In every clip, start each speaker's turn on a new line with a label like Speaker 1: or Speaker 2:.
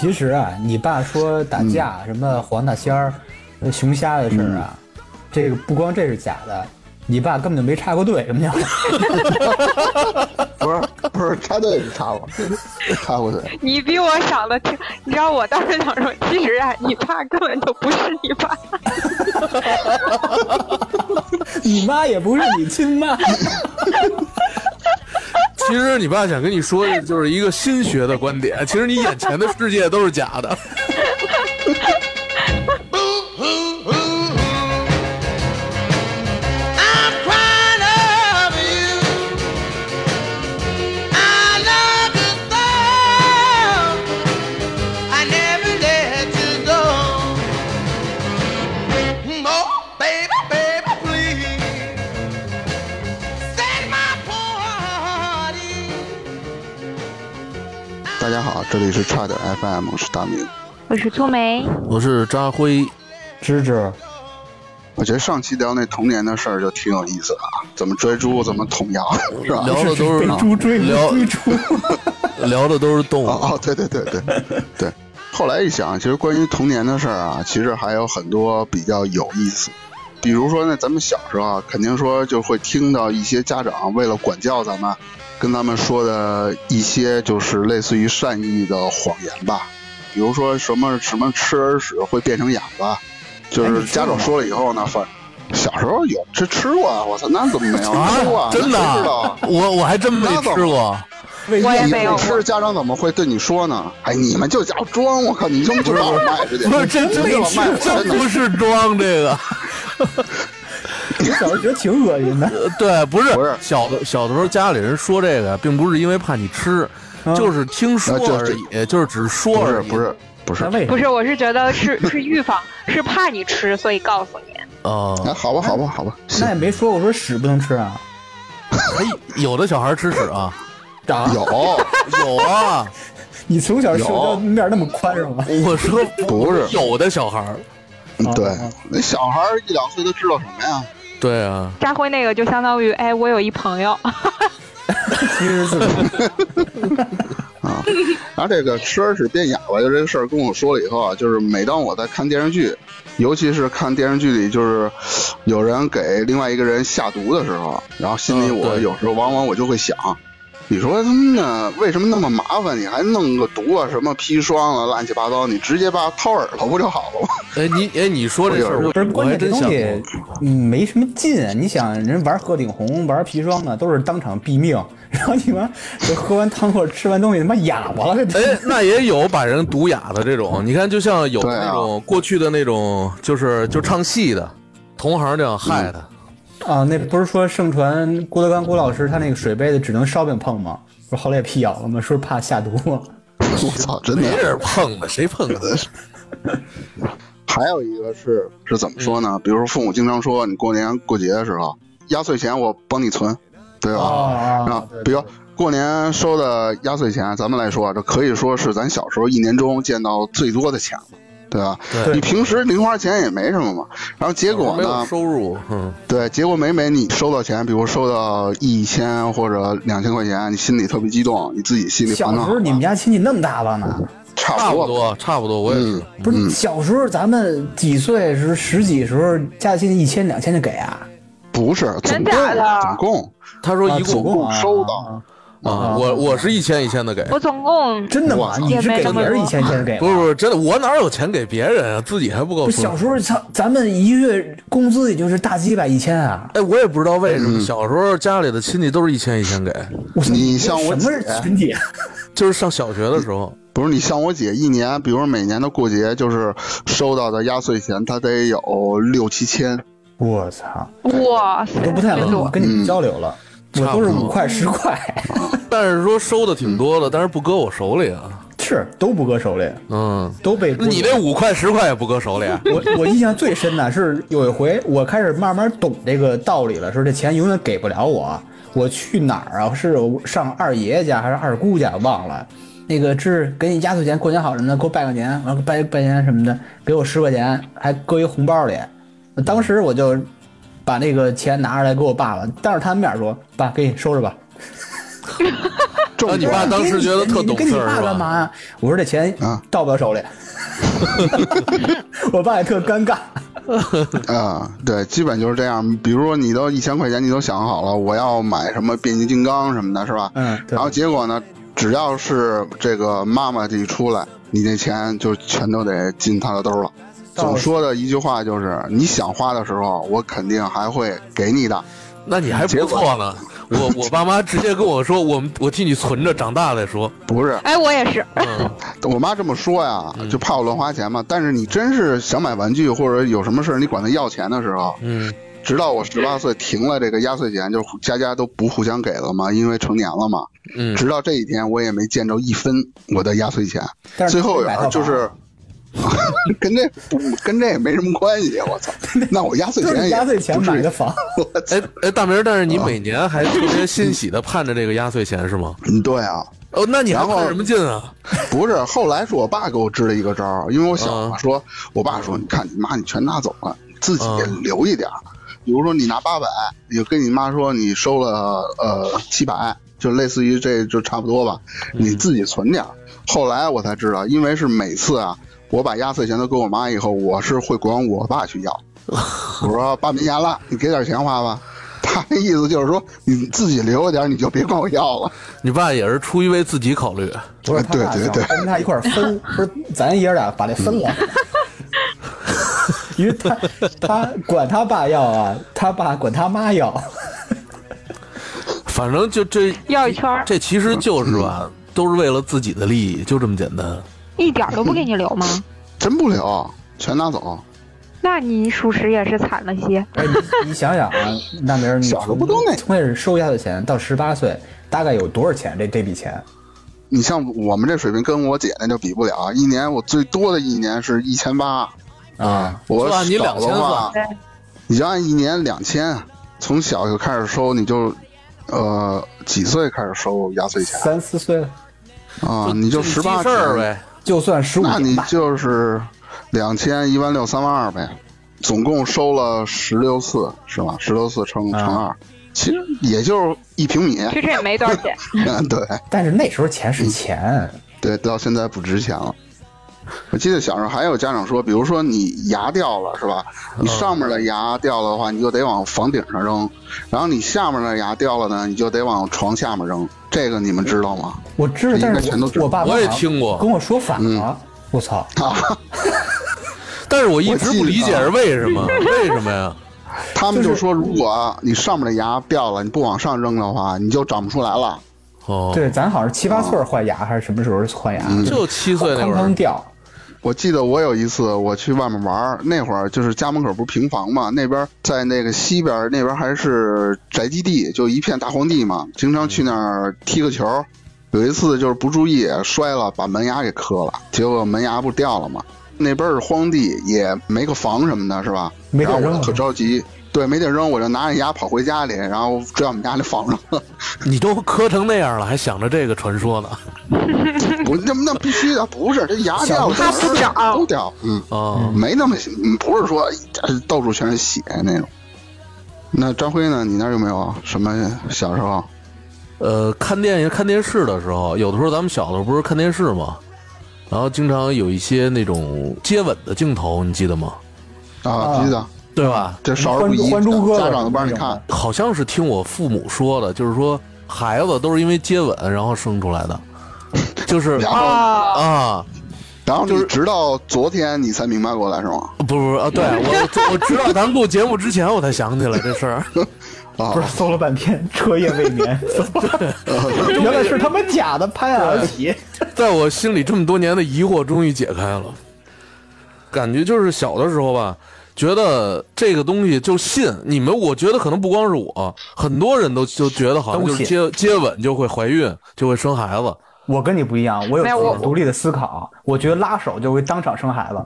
Speaker 1: 其实啊，你爸说打架、什么黄大仙儿、呃熊瞎的事儿啊，这个不光这是假的，你爸根本就没插过队，什么叫？
Speaker 2: 不是不是插队是插过，插过队。
Speaker 3: 你比我想的挺，你知道我当时想说，其实啊，你爸根本就不是你爸，
Speaker 1: 你妈也不是你亲妈。
Speaker 4: 其实你爸想跟你说的就是一个新学的观点，其实你眼前的世界都是假的。
Speaker 5: Ooh, ooh, I'm crying over you. I love you so. I never let you go. Oh, baby, baby, please set my poor heart ease.
Speaker 2: 大家好，这里是差点 FM，我是大明。
Speaker 3: 我是粗梅，
Speaker 4: 我是扎辉，
Speaker 1: 芝芝，
Speaker 2: 我觉得上期聊那童年的事儿就挺有意思的啊，怎么追猪，怎么捅羊，是吧？
Speaker 4: 聊的都
Speaker 1: 被
Speaker 4: 是
Speaker 1: 猪追，
Speaker 4: 聊
Speaker 1: 追猪。
Speaker 4: 聊的都是动物。
Speaker 2: 哦哦，对对对对对。后来一想，其实关于童年的事儿啊，其实还有很多比较有意思。比如说呢，咱们小时候啊，肯定说就会听到一些家长为了管教咱们，跟咱们说的一些就是类似于善意的谎言吧。比如说什么什么吃耳屎会变成哑巴，
Speaker 4: 哎
Speaker 2: 就是家长说了以后呢，反小时候有这吃过啊，我操，那怎么没有吃过啊？
Speaker 4: 真的
Speaker 2: 那谁知道啊
Speaker 4: 啊，我我还真没
Speaker 2: 那怎么
Speaker 4: 吃过。
Speaker 1: 为
Speaker 3: 我也
Speaker 2: 哎你
Speaker 3: 没有
Speaker 2: 不吃，家长怎么会对你说呢？哎，你们就假装，我靠，你就不让我卖出去，
Speaker 4: 不是真真
Speaker 2: 不让我卖出去
Speaker 4: 真
Speaker 2: 真的
Speaker 4: 不是装这个，
Speaker 1: 我小时候觉得挺恶心 的。
Speaker 4: 呃对，不是
Speaker 2: 不是
Speaker 4: 小的小的时候家里人说这个，并不是因为怕你吃，就是听说
Speaker 2: 啊这
Speaker 4: 而已，就是只是说
Speaker 2: 不是
Speaker 4: 而已，
Speaker 2: 不是不是
Speaker 1: 那，为什
Speaker 3: 不
Speaker 1: 么？
Speaker 3: 是，我是觉得是是预防，是怕你吃，所以告诉你。
Speaker 4: 啊。
Speaker 2: 哎，好吧好吧好吧，行
Speaker 1: 那也没说过说屎不能吃啊。
Speaker 4: 哎有的小孩吃屎啊，
Speaker 1: 长，
Speaker 2: 有
Speaker 4: 有啊，
Speaker 1: 你从小社交
Speaker 2: 有
Speaker 1: 面那么宽是吗？
Speaker 4: 我说
Speaker 2: 不是
Speaker 4: 有的小孩儿，
Speaker 2: 嗯对，那小孩儿一两岁他知道什么呀？
Speaker 4: 对啊，
Speaker 3: 扎辉那个就相当于，哎，我有一朋友，
Speaker 1: 七十四，
Speaker 2: 然后这个吃耳屎变哑巴就这个事儿跟我说了以后啊，就是每当我在看电视剧，尤其是看电视剧里就是有人给另外一个人下毒的时候，然后心里
Speaker 4: 嗯
Speaker 2: 我
Speaker 4: 对
Speaker 2: 有时候往往我就会想，你说他们呢为什么那么麻烦？你还弄个毒啊，什么砒霜啊，乱七八糟，你直接把它掏耳朵不就好了吗？
Speaker 4: 哎你哎你说这事儿，
Speaker 2: 不
Speaker 4: 我
Speaker 1: 不是
Speaker 4: 我
Speaker 1: 关
Speaker 4: 还
Speaker 1: 键这
Speaker 4: 真
Speaker 1: 东
Speaker 4: 想过
Speaker 1: 西，嗯，没什么劲啊。你想，人玩鹤顶红、玩砒霜啊呢，都是当场毙命， 然后你妈就喝完汤或者吃完东西，他妈哑巴了，这
Speaker 4: 哎，那也有把人毒哑的这种，你看，就像有
Speaker 2: 对啊
Speaker 4: 那种过去的那种，就是就唱戏的，同行这样害的，
Speaker 2: 嗯
Speaker 1: 啊，那不是说盛传郭德纲郭老师他那个水杯子只能烧饼碰吗？不是后来也辟谣了吗？说是怕下毒吗？
Speaker 2: 我操，真的
Speaker 4: 没。人碰的，谁碰的？
Speaker 2: 还有一个是是怎么说呢？比如说父母经常说，你过年过节的时候，压岁钱我帮你存，对
Speaker 4: 哦
Speaker 2: 吧？
Speaker 1: 啊
Speaker 2: 啊
Speaker 1: 对，
Speaker 2: 比如过年收的压岁钱，咱们来说，这可以说是咱小时候一年中见到最多的钱了，对吧？
Speaker 4: 对
Speaker 2: 你平时零花钱也没什么嘛，然后结果
Speaker 4: 没有
Speaker 2: 呢？
Speaker 4: 收入，嗯，
Speaker 2: 对，结果每每你收到钱，比如收到一千或者两千块钱，你心里特别激动，你自己心里
Speaker 1: 小
Speaker 2: 烦
Speaker 1: 时
Speaker 2: 恼
Speaker 1: 候，你们家亲戚那么大方呢？
Speaker 2: 差
Speaker 4: 差
Speaker 2: 不
Speaker 4: 不
Speaker 2: 多吧。
Speaker 4: 多，差不多，我也是，
Speaker 2: 嗯
Speaker 1: 不是小时候咱们几岁时候十几时候家里亲戚一千两千就给啊？
Speaker 2: 不是，总
Speaker 3: 真
Speaker 2: 共
Speaker 3: 假的
Speaker 2: 总共
Speaker 4: 他说
Speaker 1: 啊
Speaker 4: 一
Speaker 1: 总
Speaker 4: 共
Speaker 1: 共啊
Speaker 2: 收到
Speaker 1: 啊
Speaker 4: 啊，我我是一千一千的给，
Speaker 3: 我总共
Speaker 1: 真的吗？
Speaker 2: 哇
Speaker 1: 你是给
Speaker 3: 也没那么
Speaker 1: 别人
Speaker 3: 多
Speaker 1: 一千一千给吗？
Speaker 4: 不是不是真的，我哪有钱给别人啊？自己还不够
Speaker 1: 不是，
Speaker 4: 存
Speaker 1: 小。时候咱咱们一月工资也就是大几百一千啊。
Speaker 4: 哎，我也不知道为什
Speaker 2: 嗯
Speaker 4: 么小时候家里的亲戚都是一千一千给，
Speaker 1: 我说
Speaker 2: 你像我
Speaker 1: 什么是
Speaker 2: 姐
Speaker 1: 群体啊？
Speaker 4: 就是上小学的时候，
Speaker 2: 不是你像我姐一年，比如每年的过节，就是收到的压岁钱，她得有六七千。
Speaker 1: 我操，
Speaker 3: 哇塞，
Speaker 1: 都不太
Speaker 2: 嗯
Speaker 3: 真
Speaker 1: 能
Speaker 3: 多。
Speaker 1: 跟你们交流了，我都是五块十块，
Speaker 4: 但是说收的挺多的，但是不搁我手里啊，
Speaker 1: 是都不搁手里，
Speaker 4: 嗯，
Speaker 1: 都被
Speaker 4: 你那五块十块也不搁手 里，啊
Speaker 1: 我我印象最深的是有一回我开始慢慢懂这个道理了，说这钱永远给不了我。我去哪儿啊？是我上二爷家还是二姑家？忘了。那个是给你压岁钱，过年好什么的，给我拜个年，完了拜拜年什么的，给我十块钱，还搁一红包里。当时我就把那个钱拿出来给我爸了，当着他面说：“爸，给你收着吧。”
Speaker 2: 正
Speaker 4: 那你爸
Speaker 2: 管
Speaker 4: 当时觉得特懂
Speaker 6: 你给你
Speaker 4: 事儿
Speaker 6: 爸
Speaker 4: 是吧
Speaker 6: 干嘛呀？我说这钱
Speaker 2: 啊
Speaker 6: 到不了 手里，我爸也特尴尬。
Speaker 2: 啊、对，基本就是这样。比如说，你都一千块钱，你都想好了，我要买什么变形金刚什么的，是吧？
Speaker 6: 嗯，对
Speaker 2: 然后结果呢，只要是这个妈妈这一出来，你那钱就全都得进她的兜了。
Speaker 6: 到
Speaker 2: 总说的一句话就是，你想花的时候，我肯定还会给你的。
Speaker 4: 那你还
Speaker 2: 结
Speaker 4: 不
Speaker 2: 果
Speaker 4: 错呢。我我爸妈直接跟我说，我们我替你存着，长大再说。
Speaker 2: 不是，
Speaker 3: 哎，我也是，
Speaker 4: 嗯，
Speaker 2: 我妈这么说呀，就怕我乱花钱嘛。但是你真是想买玩具或者有什么事儿，你管她要钱的时候，
Speaker 4: 嗯，
Speaker 2: 直到我十八岁停了这个压岁钱，就家家都不互相给了嘛，因为成年了嘛。
Speaker 4: 嗯
Speaker 2: 直到这一天，我也没见着一分我的压岁钱。
Speaker 6: 但是
Speaker 2: 最后一
Speaker 6: 买
Speaker 2: 点
Speaker 6: 套
Speaker 2: 儿就
Speaker 6: 房
Speaker 2: 是 跟这不跟这也没什么关系，我操！那我压岁
Speaker 6: 就
Speaker 2: 钱
Speaker 6: 是
Speaker 2: 也
Speaker 6: 压岁钱
Speaker 2: 不至于
Speaker 6: 买的 房，
Speaker 4: 哎哎，大明儿，但是你每年还特别欣喜的盼着这个压岁钱是吗？
Speaker 2: 嗯，对啊，
Speaker 4: 哦，那你还
Speaker 2: 然后
Speaker 4: 盼什么劲啊？
Speaker 2: 不是。后来是我爸给我支了一个招儿，因为我小嘛，
Speaker 4: 嗯
Speaker 2: 说我爸说，你看你妈你全拿走了，自己
Speaker 4: 嗯
Speaker 2: 留一点儿。比如说你拿八百，你就跟你妈说你收了呃七百，就类似于这就差不多吧，你自己存点儿。后来我才知道，因为是每次啊，我把压岁钱都给我妈以后，我是会管我爸去要。我说爸没钱了，你给点钱花吧。他那意思就是说你自己留着点儿，你就别管我要了。
Speaker 4: 你爸也是出于为自己考虑，
Speaker 6: 不是他
Speaker 2: 对
Speaker 6: 爸
Speaker 2: 对
Speaker 6: 想
Speaker 2: 对
Speaker 6: 跟他一块儿 分，不是咱爷儿俩把这分了。因为他他管他爸要啊，他爸管他妈 要，
Speaker 4: 反正就这
Speaker 3: 绕一圈儿
Speaker 4: 这其实就是吧，都是为了自己的利益，就这么简单。
Speaker 3: 一点儿都不给你留吗？
Speaker 2: 真不留，全拿走。
Speaker 3: 那你属实也是惨了些。
Speaker 6: 哎，你你想想啊，那明儿你
Speaker 2: 小时候不都那样
Speaker 6: 从开始收压岁钱到十八岁，大概有多少钱？这这笔钱，
Speaker 2: 你像我们这水平，跟我姐那就比不了。一年我最多的一年是一千八，
Speaker 6: 啊，
Speaker 2: 我
Speaker 4: 就按你
Speaker 2: 少的
Speaker 4: 2000
Speaker 2: 话
Speaker 3: 算，
Speaker 2: 你就按一年两千，从小就开始收，你就，呃，几岁开始收压岁钱
Speaker 6: 三四岁了，
Speaker 2: 啊？你就
Speaker 4: 你
Speaker 2: 十八
Speaker 4: 记事儿，呗。
Speaker 6: 就算十五
Speaker 2: 那
Speaker 6: 年
Speaker 2: 你
Speaker 6: 吧，
Speaker 2: 就是两千一万六三万二呗，总共收了十六次是吧？十六次乘
Speaker 6: 啊
Speaker 2: 乘二，其实也就是一平 米，
Speaker 3: 其实也没多少钱，
Speaker 2: 嗯，对。
Speaker 6: 但是那时候钱
Speaker 2: 嗯
Speaker 6: 是钱，
Speaker 2: 对，到现在不值钱了。我记得小时候还有家长说，比如说你牙掉了是吧？你上面的牙掉了的话，你就得往房顶上扔；然后你下面的牙掉了呢，你就得往床下面扔。这个你们知道吗？
Speaker 6: 我知道，
Speaker 2: 应该
Speaker 6: 但是
Speaker 2: 全都嗯知道
Speaker 6: 我我爸妈
Speaker 4: 我也
Speaker 6: 好像
Speaker 4: 听过
Speaker 6: 跟我说反了，我操，
Speaker 2: 啊，
Speaker 4: 但是我一直不理解是为什么？为什么呀？
Speaker 2: 他们
Speaker 6: 就
Speaker 2: 就是说，如果啊你上面的牙掉了，你不往上扔的话，你就长不出来了。
Speaker 4: 哦，嗯
Speaker 6: 对，咱好像是七八岁儿换牙还是什么时候换牙，
Speaker 4: 就七岁那
Speaker 6: 哐
Speaker 4: 会
Speaker 6: 哐
Speaker 4: 儿，
Speaker 6: 掉，
Speaker 2: 我记得我有一次我去外面玩儿，那会儿就是家门口不是平房嘛，那边在那个西边儿那边还是宅基地，就一片大荒地嘛，经常去那儿踢个球。有一次就是不注意摔了，把门牙给磕了，结果门牙不掉了嘛。那边是荒地，也没个房什么的，是吧？
Speaker 6: 没地
Speaker 2: 然
Speaker 6: 儿
Speaker 2: 后我
Speaker 6: 扔
Speaker 2: 就特
Speaker 6: 了
Speaker 2: 着急，对，没地儿扔，我就拿着牙跑回家里，然后追到我们家那房上。
Speaker 4: 你都磕成那样了，还想着这个传说呢？
Speaker 2: 不，那那必须的，不是这牙掉了，
Speaker 3: 它不长
Speaker 2: 都掉，嗯。
Speaker 4: 啊，
Speaker 2: 没那么，嗯不是说呃到处全是血那种。那张辉呢？你那儿有没有什么小时候？
Speaker 4: 呃，看电影、看电视的时候，有的时候咱们小的时候不是看电视吗？然后经常有一些那种接吻的镜头，你记得吗？
Speaker 2: 啊，记得、
Speaker 4: 对吧？
Speaker 2: 这少儿不宜，
Speaker 6: 还珠格格
Speaker 2: 家长都不让你
Speaker 6: 那种
Speaker 2: 看。
Speaker 4: 好像是听我父母说的，就是说孩子都是因为接吻然后生出 来的，就是
Speaker 2: 然后，
Speaker 3: 啊，
Speaker 4: 啊，
Speaker 2: 然后你直到昨天你才明白过来是吗？
Speaker 4: 不不不啊，对我我知道咱录节目之前我才想起来这事儿，
Speaker 2: 啊
Speaker 6: 不，是搜了半天，彻夜未眠， 原来是他妈假的拍案而起。
Speaker 4: 在我心里这么多年的疑惑终于解开了，感觉就是小的时候吧，觉得这个东西就信你们，我觉得可能不光是我，很多人都就觉得好像就是接接吻就会怀孕，就会生孩子。
Speaker 6: 我跟你不一样，我有
Speaker 3: 没有
Speaker 6: 自
Speaker 3: 我
Speaker 6: 己独立的思考，我觉得拉手就会当场生孩子。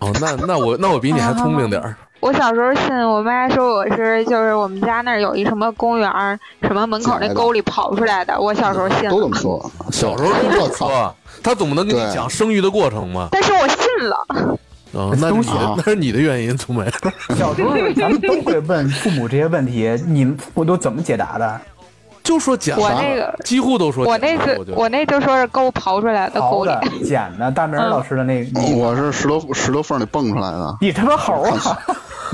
Speaker 4: 哦，那那我那我比你还聪明点儿，
Speaker 3: 我小时候信我妈说我是就是我们家那儿有一什么公园儿，什么门口那沟里跑出来的，我小时候信
Speaker 2: 都这
Speaker 3: 了，
Speaker 2: 么说。
Speaker 4: 小时候都这么说，他总不能跟
Speaker 2: 对
Speaker 4: 你讲生育的过程吧？
Speaker 3: 但是我信了，
Speaker 4: 啊、那是
Speaker 6: 都
Speaker 4: 你
Speaker 6: 行
Speaker 4: 的那是你的原因，聪梅。
Speaker 6: 小时候咱们都会问父母这些问题，你们父母都怎么解答的？
Speaker 4: 就说捡
Speaker 3: 我
Speaker 4: 的，
Speaker 3: 那个
Speaker 4: 几乎都说
Speaker 3: 我
Speaker 4: 捡
Speaker 3: 那
Speaker 4: 的
Speaker 3: 次
Speaker 4: 我觉得
Speaker 3: 我那就说是沟刨出来的沟
Speaker 6: 刨
Speaker 3: 里，
Speaker 6: 的、捡的，大明儿老师的那，你
Speaker 2: 我是石头石头缝里蹦出来的。
Speaker 6: 你他妈猴啊！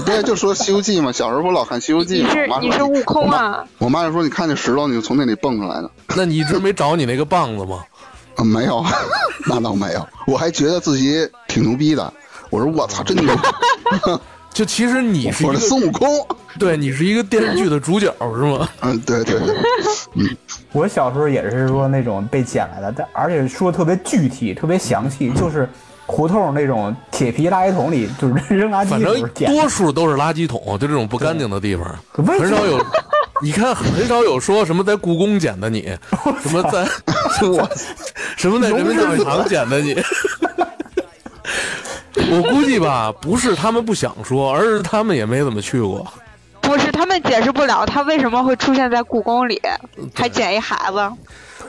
Speaker 2: 对，就说《西游记》嘛，小时候不老看《西游记》
Speaker 3: 你
Speaker 2: 嘛，
Speaker 3: 是
Speaker 2: 我妈
Speaker 3: 你
Speaker 2: 说
Speaker 3: 是悟空啊？
Speaker 2: 我妈就说你看见石头，你就从那里蹦出来的。
Speaker 4: 那你一直没找你那个棒子吗？
Speaker 2: 啊，没有， 那倒没有，我还觉得自己挺牛逼的。我说我操，真牛逼！
Speaker 4: 就其实你是一
Speaker 2: 我是
Speaker 4: 个
Speaker 2: 孙悟空。
Speaker 4: 对你是一个电视剧的主角是 吗？
Speaker 2: 嗯，对对对，
Speaker 6: 我小时候也是说那种被捡来的，但而且说得特别具体、特别详细，就是胡同那种铁皮垃圾桶里，就是扔垃圾
Speaker 4: 反
Speaker 6: 的
Speaker 4: 正
Speaker 6: 时候捡的。
Speaker 4: 多数都是垃圾桶，就这种不干净的地方，
Speaker 6: 为
Speaker 4: 很
Speaker 6: 什
Speaker 4: 少
Speaker 6: 么
Speaker 4: 有。你看，很少有说什么在故宫捡的你， 什么在我， 什么在人民大会堂捡的你。 我估计吧，不是他们不想说，而是他们也没怎么去过。
Speaker 3: 不是，他们解释不了他为什么会出现在故宫里，还捡一孩子。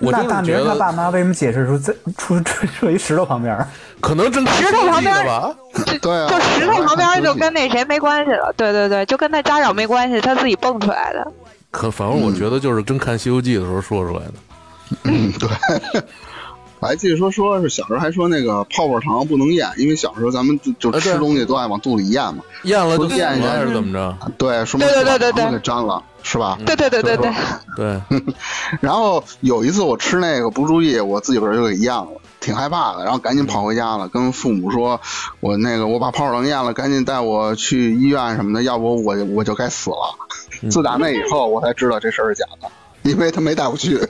Speaker 4: 我
Speaker 6: 那
Speaker 4: 就
Speaker 6: 大
Speaker 4: 是觉
Speaker 6: 明儿他
Speaker 4: 得，
Speaker 6: 爸妈为什么解释说在出出出一石头旁边儿？
Speaker 4: 可能正看
Speaker 3: 石头旁边
Speaker 4: 手机呢吧，
Speaker 2: 对啊
Speaker 3: 就石头旁边就跟
Speaker 2: 那
Speaker 3: 那谁没关系了，对对对，就跟他家长没关系，他自己蹦出来的。
Speaker 4: 可反正我觉得就是真看《西游记》的时候说出来的。
Speaker 2: 嗯对。 我还记得说说是小时候还说那个泡泡糖不能咽，因为小时候咱们就就
Speaker 3: 呃
Speaker 4: 啊对
Speaker 2: 吃东西都爱往肚里咽嘛。
Speaker 4: 咽了就死
Speaker 2: 咽
Speaker 4: 了
Speaker 2: 下
Speaker 4: 还是
Speaker 2: 去
Speaker 4: 怎么着？
Speaker 2: 对，说明
Speaker 3: 对对
Speaker 2: 把
Speaker 3: 对对
Speaker 2: 糖
Speaker 3: 对
Speaker 2: 给粘了，是吧？
Speaker 3: 对对对对对，
Speaker 4: 对，
Speaker 2: 然后有一次我吃那个不注意，我自己个儿就给咽了，挺害怕的，然后赶紧跑回家了，跟父母说，我那个我把泡泡糖咽了，赶紧带我去医院什么的，要不我我就该死了。
Speaker 3: 嗯
Speaker 2: 自打那以后，我才知道这事儿是假的，因为他没带我去。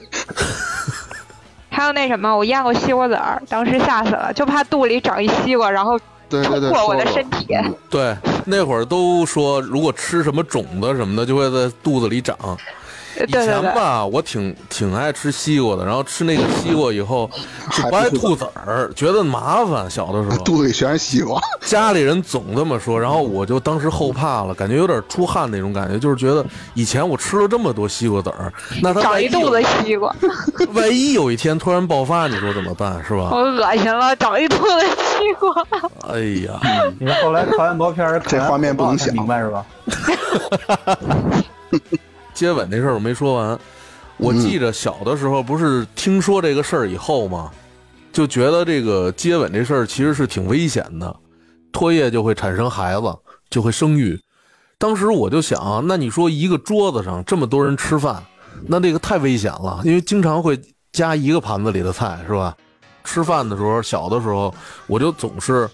Speaker 3: 还有那什么，我咽过西瓜籽儿，当时吓死了，就怕肚里长一西瓜，然后
Speaker 2: 对对对，
Speaker 3: 通
Speaker 2: 说
Speaker 3: 过我的
Speaker 2: 过
Speaker 3: 身体。
Speaker 4: 对，那会儿都说，如果吃什么种子什么的，就会在肚子里长。
Speaker 3: 对
Speaker 4: 以
Speaker 3: 对
Speaker 4: 前
Speaker 3: 对，
Speaker 4: 吧，我挺挺爱吃西瓜的，然后吃那个西瓜以后就不爱吐籽儿，觉得麻烦。小的 时候，
Speaker 2: 啊肚子里全是西瓜，
Speaker 4: 家里人总这么说，然后我就当时后怕了，感觉有点出汗那种感觉，就是觉得以前我吃了这么多西瓜籽儿，那它
Speaker 3: 长
Speaker 4: 万
Speaker 3: 一
Speaker 4: 一
Speaker 3: 肚子西瓜，
Speaker 4: 有，万一有一天突然爆发，你说怎么办是吧
Speaker 3: 我？恶心了，长一肚子西瓜。
Speaker 4: 哎呀，
Speaker 6: 你说后来看完毛片儿，
Speaker 2: 这画面不能
Speaker 6: 看完
Speaker 2: 想
Speaker 6: 明白是吧？
Speaker 4: 接吻那事儿我没说完，我记着小的时候不是听说这个事儿以后嘛，就觉得这个接吻这事儿其实是挺危险的，唾液就会产生孩子，就会生育。当时我就想，那你说一个桌子上这么多人吃饭，那这个太危险了，因为经常会加一个盘子里的菜，是吧？吃饭的时候，小的时候我就总是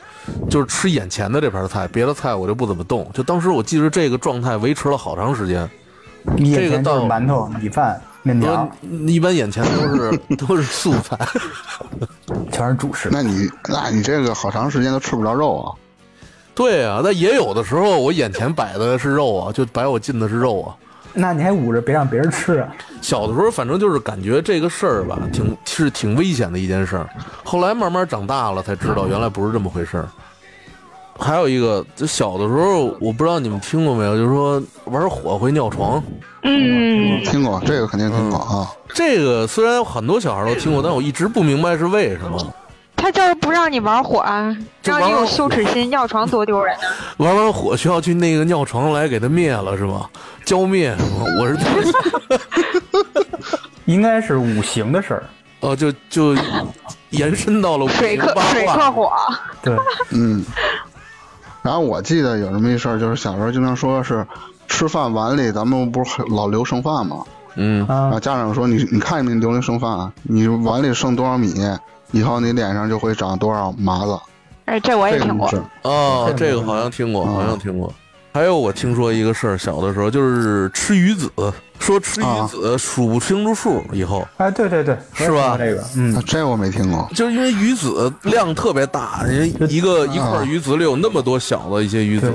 Speaker 4: 就是吃眼前的这盘菜，别的菜我就不怎么动。就当时我记着这个状态维持了好长时间。
Speaker 6: 你眼
Speaker 4: 这个
Speaker 6: 前就是
Speaker 4: 倒
Speaker 6: 馒头、米饭、面条
Speaker 4: 说，一般眼前都是都是素菜，
Speaker 6: 全是主食。
Speaker 2: 那你那你这个好长时间都吃不着肉啊。
Speaker 4: 对啊，那也有的时候我眼前摆的是肉啊，就摆我进的是肉啊。
Speaker 6: 那你还捂着别让别人吃啊？
Speaker 4: 小的时候反正就是感觉这个事儿吧，挺是挺危险的一件事儿。后来慢慢长大了才知道，原来不是这么回事儿。还有一个，就小的时候我不知道你们听过没有，就是说玩火会尿床，
Speaker 3: 嗯，
Speaker 2: 听过这个肯定听过
Speaker 6: 嗯
Speaker 2: 啊。
Speaker 4: 这个虽然很多小孩都听过，但我一直不明白是为什么。
Speaker 3: 他就是不让你玩火啊，
Speaker 4: 就
Speaker 3: 让
Speaker 4: 玩
Speaker 3: 你
Speaker 4: 火
Speaker 3: 有羞耻心，尿床多丢人啊！
Speaker 4: 玩完火需要去那个尿床来给它灭了是吧？浇灭是吗？我是
Speaker 6: 应该是五行的事儿。
Speaker 4: 哦，就就延伸到了五
Speaker 3: 水
Speaker 4: 零
Speaker 3: 克
Speaker 4: 八
Speaker 3: 水克
Speaker 4: 卦，
Speaker 3: 火，
Speaker 6: 对，
Speaker 2: 嗯，然后我记得有这么一事儿，就是小时候经常说是吃饭碗里咱们不是老留剩饭吗？
Speaker 4: 嗯，
Speaker 2: 然
Speaker 6: 啊
Speaker 2: 后，家长说你你看见没留那剩饭啊，你碗里剩多少米，以后你脸上就会长多少麻子。
Speaker 3: 哎，这我也
Speaker 2: 这个
Speaker 3: 听过
Speaker 2: 故。事，
Speaker 4: 哦，
Speaker 6: 这
Speaker 4: 这
Speaker 6: 个
Speaker 4: 个好像听过，好像听过。
Speaker 2: 嗯
Speaker 4: 还有我听说一个事儿，小的时候就是吃鱼子，说吃鱼
Speaker 2: 啊
Speaker 4: 子数不清楚数，以后
Speaker 6: 哎，对对对，我也
Speaker 4: 是吧
Speaker 6: 听过这个，嗯
Speaker 2: 啊，这我没听过。
Speaker 4: 就是因为鱼子量特别大，人家一个一块鱼子里有那么多小的一些鱼子，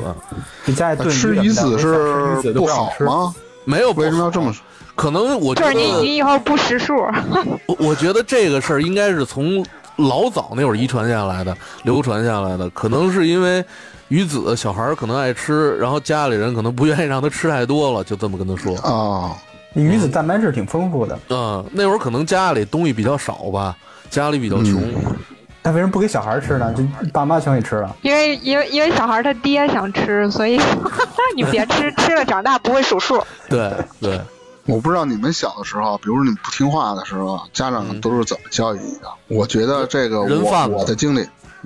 Speaker 6: 你家里炖
Speaker 2: 吃
Speaker 6: 鱼
Speaker 2: 鱼
Speaker 6: 怎么
Speaker 2: 子
Speaker 6: 着我想吃鱼
Speaker 2: 是
Speaker 6: 子都
Speaker 2: 不
Speaker 6: 不让
Speaker 2: 好
Speaker 6: 我吃？
Speaker 2: 吗？
Speaker 4: 没有不
Speaker 2: 为什么要这么？
Speaker 4: 可能我觉
Speaker 3: 就是你，
Speaker 4: 得，
Speaker 3: 你以后不识数，
Speaker 4: 我我觉得这个事儿应该是从老早那会儿遗传下来的，流传下来的，可能是因为。鱼子小孩儿可能爱吃，然后家里人可能不愿意让他吃太多了，就这么跟他说。
Speaker 2: 啊？
Speaker 6: 鱼
Speaker 1: 嗯
Speaker 6: 子蛋白质挺丰富的，
Speaker 4: 嗯，那会儿可能家里东西比较少吧，家里比较穷，
Speaker 6: 那为什么不给小孩儿吃呢？
Speaker 1: 嗯
Speaker 6: 就爸妈全给吃了。
Speaker 3: 因为因为因为小孩他爹想吃，所以你别吃，吃了长大不会数数。
Speaker 4: 对对。
Speaker 2: 我不知道你们小的时候，比如说你不听话的时候，家长都是怎么教育你的？我觉得这个
Speaker 4: 嗯人贩
Speaker 2: 我
Speaker 4: 子
Speaker 2: 我的经历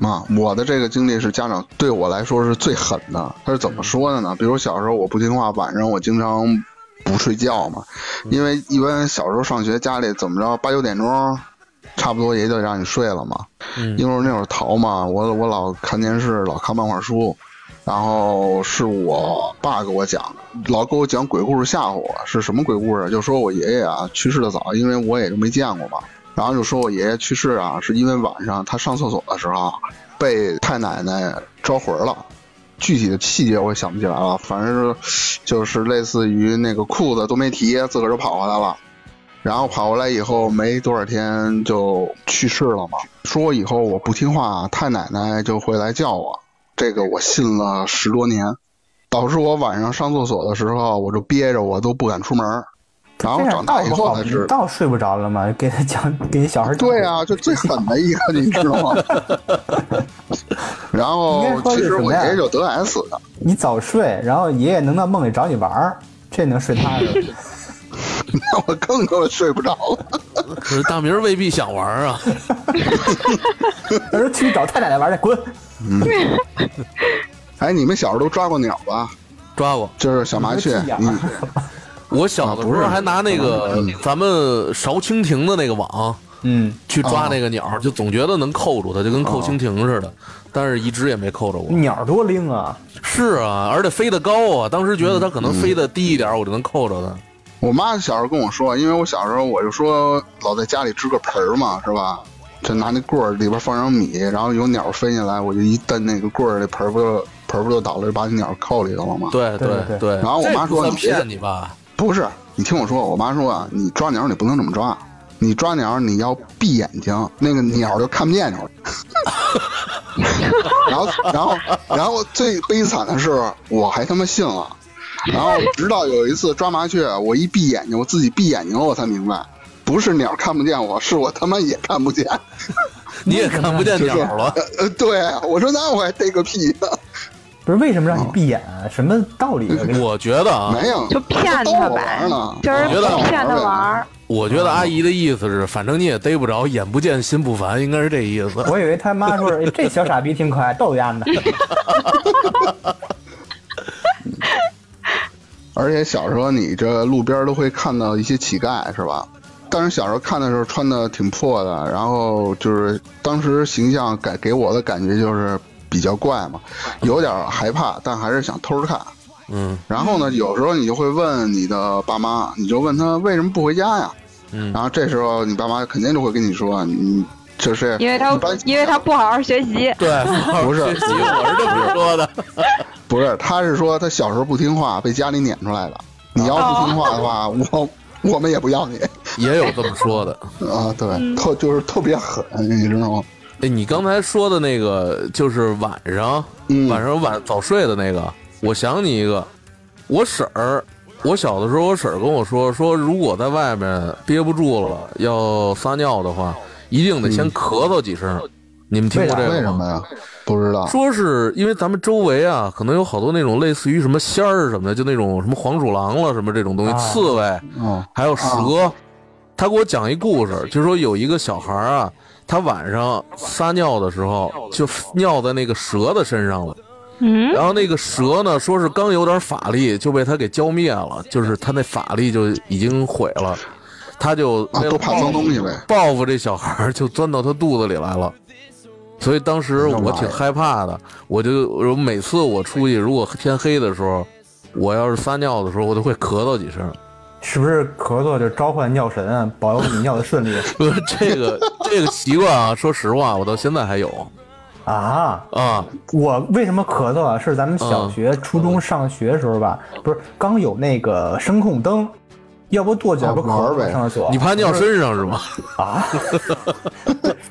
Speaker 2: 啊，我的这个经历是家长对我来说是最狠的。他是怎么说的呢？比如小时候我不听话，晚上我经常不睡觉嘛，
Speaker 4: 嗯
Speaker 2: 因为一般小时候上学，家里怎么着八九点钟，差不多也得让你睡了嘛。
Speaker 4: 嗯
Speaker 2: 因为我那会儿淘嘛，我我老看电视，老看漫画书，然后是我爸给我讲的，老给我讲鬼故事吓唬我。是什么鬼故事？就说我爷爷啊去世的早，因为我也就没见过嘛。然后就说我爷爷去世啊，是因为晚上他上厕所的时候啊被太奶奶招魂了。具体的细节我也想不起来了，反正是就是类似于那个裤子都没提，自个儿就跑回来了。然后跑过来以后没多少天就去世了嘛。说以后我不听话，太奶奶就会来叫我。这个我信了十多年，导致我晚上上厕所的时候我就憋着，我都不敢出门儿。然后
Speaker 1: 这
Speaker 2: 长
Speaker 1: 样倒
Speaker 2: 大以
Speaker 1: 不
Speaker 2: 后
Speaker 1: 好
Speaker 2: 才知，道，
Speaker 1: 倒睡不着了嘛，给他讲，给小孩讲
Speaker 2: 对啊，就最狠的一个，你知道 吗？然后
Speaker 1: 应该说
Speaker 2: 其
Speaker 1: 是
Speaker 2: 实
Speaker 1: 什
Speaker 2: 我
Speaker 1: 么呀
Speaker 2: 爷爷就得 S 的，
Speaker 1: 你早睡，然后爷爷能到梦里找你玩儿，这能睡踏 实。
Speaker 2: 那我更他妈睡不着了。
Speaker 4: 可是大明儿未必想玩儿啊。
Speaker 1: 他说去找太奶奶玩儿去，滚！
Speaker 2: 哎，你们小时候都抓过鸟吧？
Speaker 4: 抓过，
Speaker 2: 就是小麻雀
Speaker 1: 你说，屁
Speaker 2: 嗯
Speaker 1: 眼，
Speaker 4: 我小的时候还拿那
Speaker 2: 啊
Speaker 4: 个
Speaker 2: 不是
Speaker 4: 咱们勺蜻蜓的那个网
Speaker 1: 嗯，
Speaker 4: 去抓那个鸟，就总觉得能扣住它，就跟扣蜻蜓似的，但是一直也没扣着过。
Speaker 1: 鸟儿多灵啊！
Speaker 4: 是啊，而且飞得高啊，当时觉得它可能飞得低一点，我就能扣着它。
Speaker 2: 我妈小时候跟我说，因为我小时候我就说老在家里支个盆儿嘛，是吧？就拿那棍儿里边放上米，然后有鸟飞进来，我就一蹬那个棍儿，那盆儿不就盆儿不就倒了，就把那鸟扣里头了吗？
Speaker 4: 对
Speaker 1: 对
Speaker 4: 对
Speaker 1: 对
Speaker 4: 对。
Speaker 2: 然后我妈
Speaker 4: 这不
Speaker 2: 说
Speaker 4: 算
Speaker 2: 你别
Speaker 4: 骗你吧？
Speaker 2: 不是，你听我说，我妈说啊，你抓鸟你不能这么抓，你抓鸟你要闭眼睛，那个鸟就看不见你了。 然后，然后，然后最悲惨的是，我还他妈信了。然后直到有一次抓麻雀，我一闭眼睛，我自己闭眼睛了，我才明白，不是鸟看不见我，是我他妈也看不见。
Speaker 4: 你也看不见
Speaker 2: 就是
Speaker 4: 鸟了。
Speaker 2: 呃呃，对，我说那我还逮个屁呢，
Speaker 1: 不是为什么让你闭眼？什么道理啊？
Speaker 4: 我觉得啊，
Speaker 2: 没有，
Speaker 3: 就骗
Speaker 2: 逗我
Speaker 3: 他
Speaker 2: 玩
Speaker 3: 呗
Speaker 2: 儿呢，
Speaker 3: 就是
Speaker 4: 我觉得
Speaker 3: 骗他玩儿。
Speaker 4: 我觉得阿姨的意思是，反正你也逮不着，眼不见心不烦，应该是这意思。
Speaker 1: 我以为他妈说哎这小傻逼挺可爱，逗丫的。
Speaker 2: 而且小时候你这路边都会看到一些乞丐，是吧？但是小时候看的时候穿的挺破的，然后就是当时形象感给我的感觉就是比较怪嘛，有点害怕，但还是想偷着看。
Speaker 4: 嗯
Speaker 2: 然后呢，有时候你就会问你的爸妈，你就问他为什么不回家呀？
Speaker 4: 嗯
Speaker 2: 然后这时候你爸妈肯定就会跟你说，你这是
Speaker 3: 因为他
Speaker 2: 一般
Speaker 3: 因为他不好好学习，
Speaker 4: 对，
Speaker 2: 不是
Speaker 4: 学习我是这么说的。
Speaker 2: 不是，他是说他小时候不听话，被家里撵出来的。你要不听话的 话，我我们也不要你。
Speaker 4: 也有这么说的。
Speaker 2: 啊，对，特就是特别狠，你知道吗？
Speaker 4: 哎，你刚才说的那个就是晚上，
Speaker 2: 嗯
Speaker 4: 晚上晚早睡的那个，我想起一个，我婶儿，我小的时候，我婶儿跟我说，说如果在外面憋不住了要撒尿的话，一定得先咳嗽几声。你们听过这
Speaker 2: 嗯为
Speaker 4: 个
Speaker 2: 什
Speaker 4: 吗？
Speaker 2: 么呀？不知道。
Speaker 4: 说是因为咱们周围啊，可能有好多那种类似于什么仙儿什么的，就那种什么黄鼠狼了什么这种东西，
Speaker 1: 啊
Speaker 4: 刺猬，
Speaker 2: 嗯
Speaker 4: 还有蛇。他给我讲一故事，就说有一个小孩儿啊，他晚上撒尿的时候就尿在那个蛇的身上了，
Speaker 3: 嗯，
Speaker 4: 然后那个蛇呢，说是刚有点法力就被他给浇灭了，就是他那法力就已经毁了，他就
Speaker 2: 啊，都怕脏东西呗。
Speaker 4: 报复这小孩儿就钻到他肚子里来了。所以当时我挺害怕的，我就我每次我出去，如果天黑的时候，我要是撒尿的时候，我都会咳嗽几声。
Speaker 1: 是不是咳嗽就召唤尿神啊，保佑你尿的顺利
Speaker 4: 不是这个这个习惯啊，说实话，我到现在还有
Speaker 1: 啊？
Speaker 4: 啊。
Speaker 1: 我为什么咳嗽啊？是咱们小学、初中上学时候吧，不是刚有那个声控灯，要不跺脚
Speaker 2: 啊
Speaker 1: 不
Speaker 2: 玩
Speaker 1: 咳
Speaker 2: 儿呗
Speaker 1: 呗，上厕所
Speaker 4: 你怕尿身上是吗？
Speaker 1: 啊？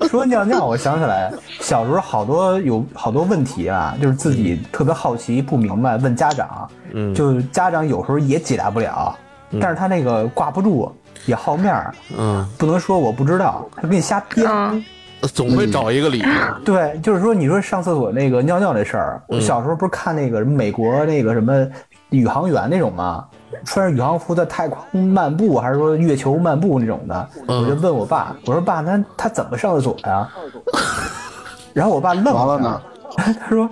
Speaker 1: 说尿尿，我想起来，小时候好多有好多问题啊，就是自己特别好奇不明白，问家长，
Speaker 4: 嗯
Speaker 1: 就家长有时候也解答不了，但是他那个挂不住，也好面儿，
Speaker 4: 嗯，
Speaker 1: 不能说我不知道，他给你瞎编。
Speaker 3: 嗯，
Speaker 4: 呃总会找一个理由。
Speaker 1: 对，就是说，你说上厕所
Speaker 4: 嗯
Speaker 1: 那个尿尿这事儿，我小时候不是看那个美国那个什么宇航员那种吗？穿着宇航服在太空漫步，还是说月球漫步那种的，
Speaker 4: 嗯
Speaker 1: 我就问我爸，我说爸，那他怎么上厕所呀？ 然后我爸愣
Speaker 2: 完了
Speaker 1: 了
Speaker 2: 呢，
Speaker 1: 他说：“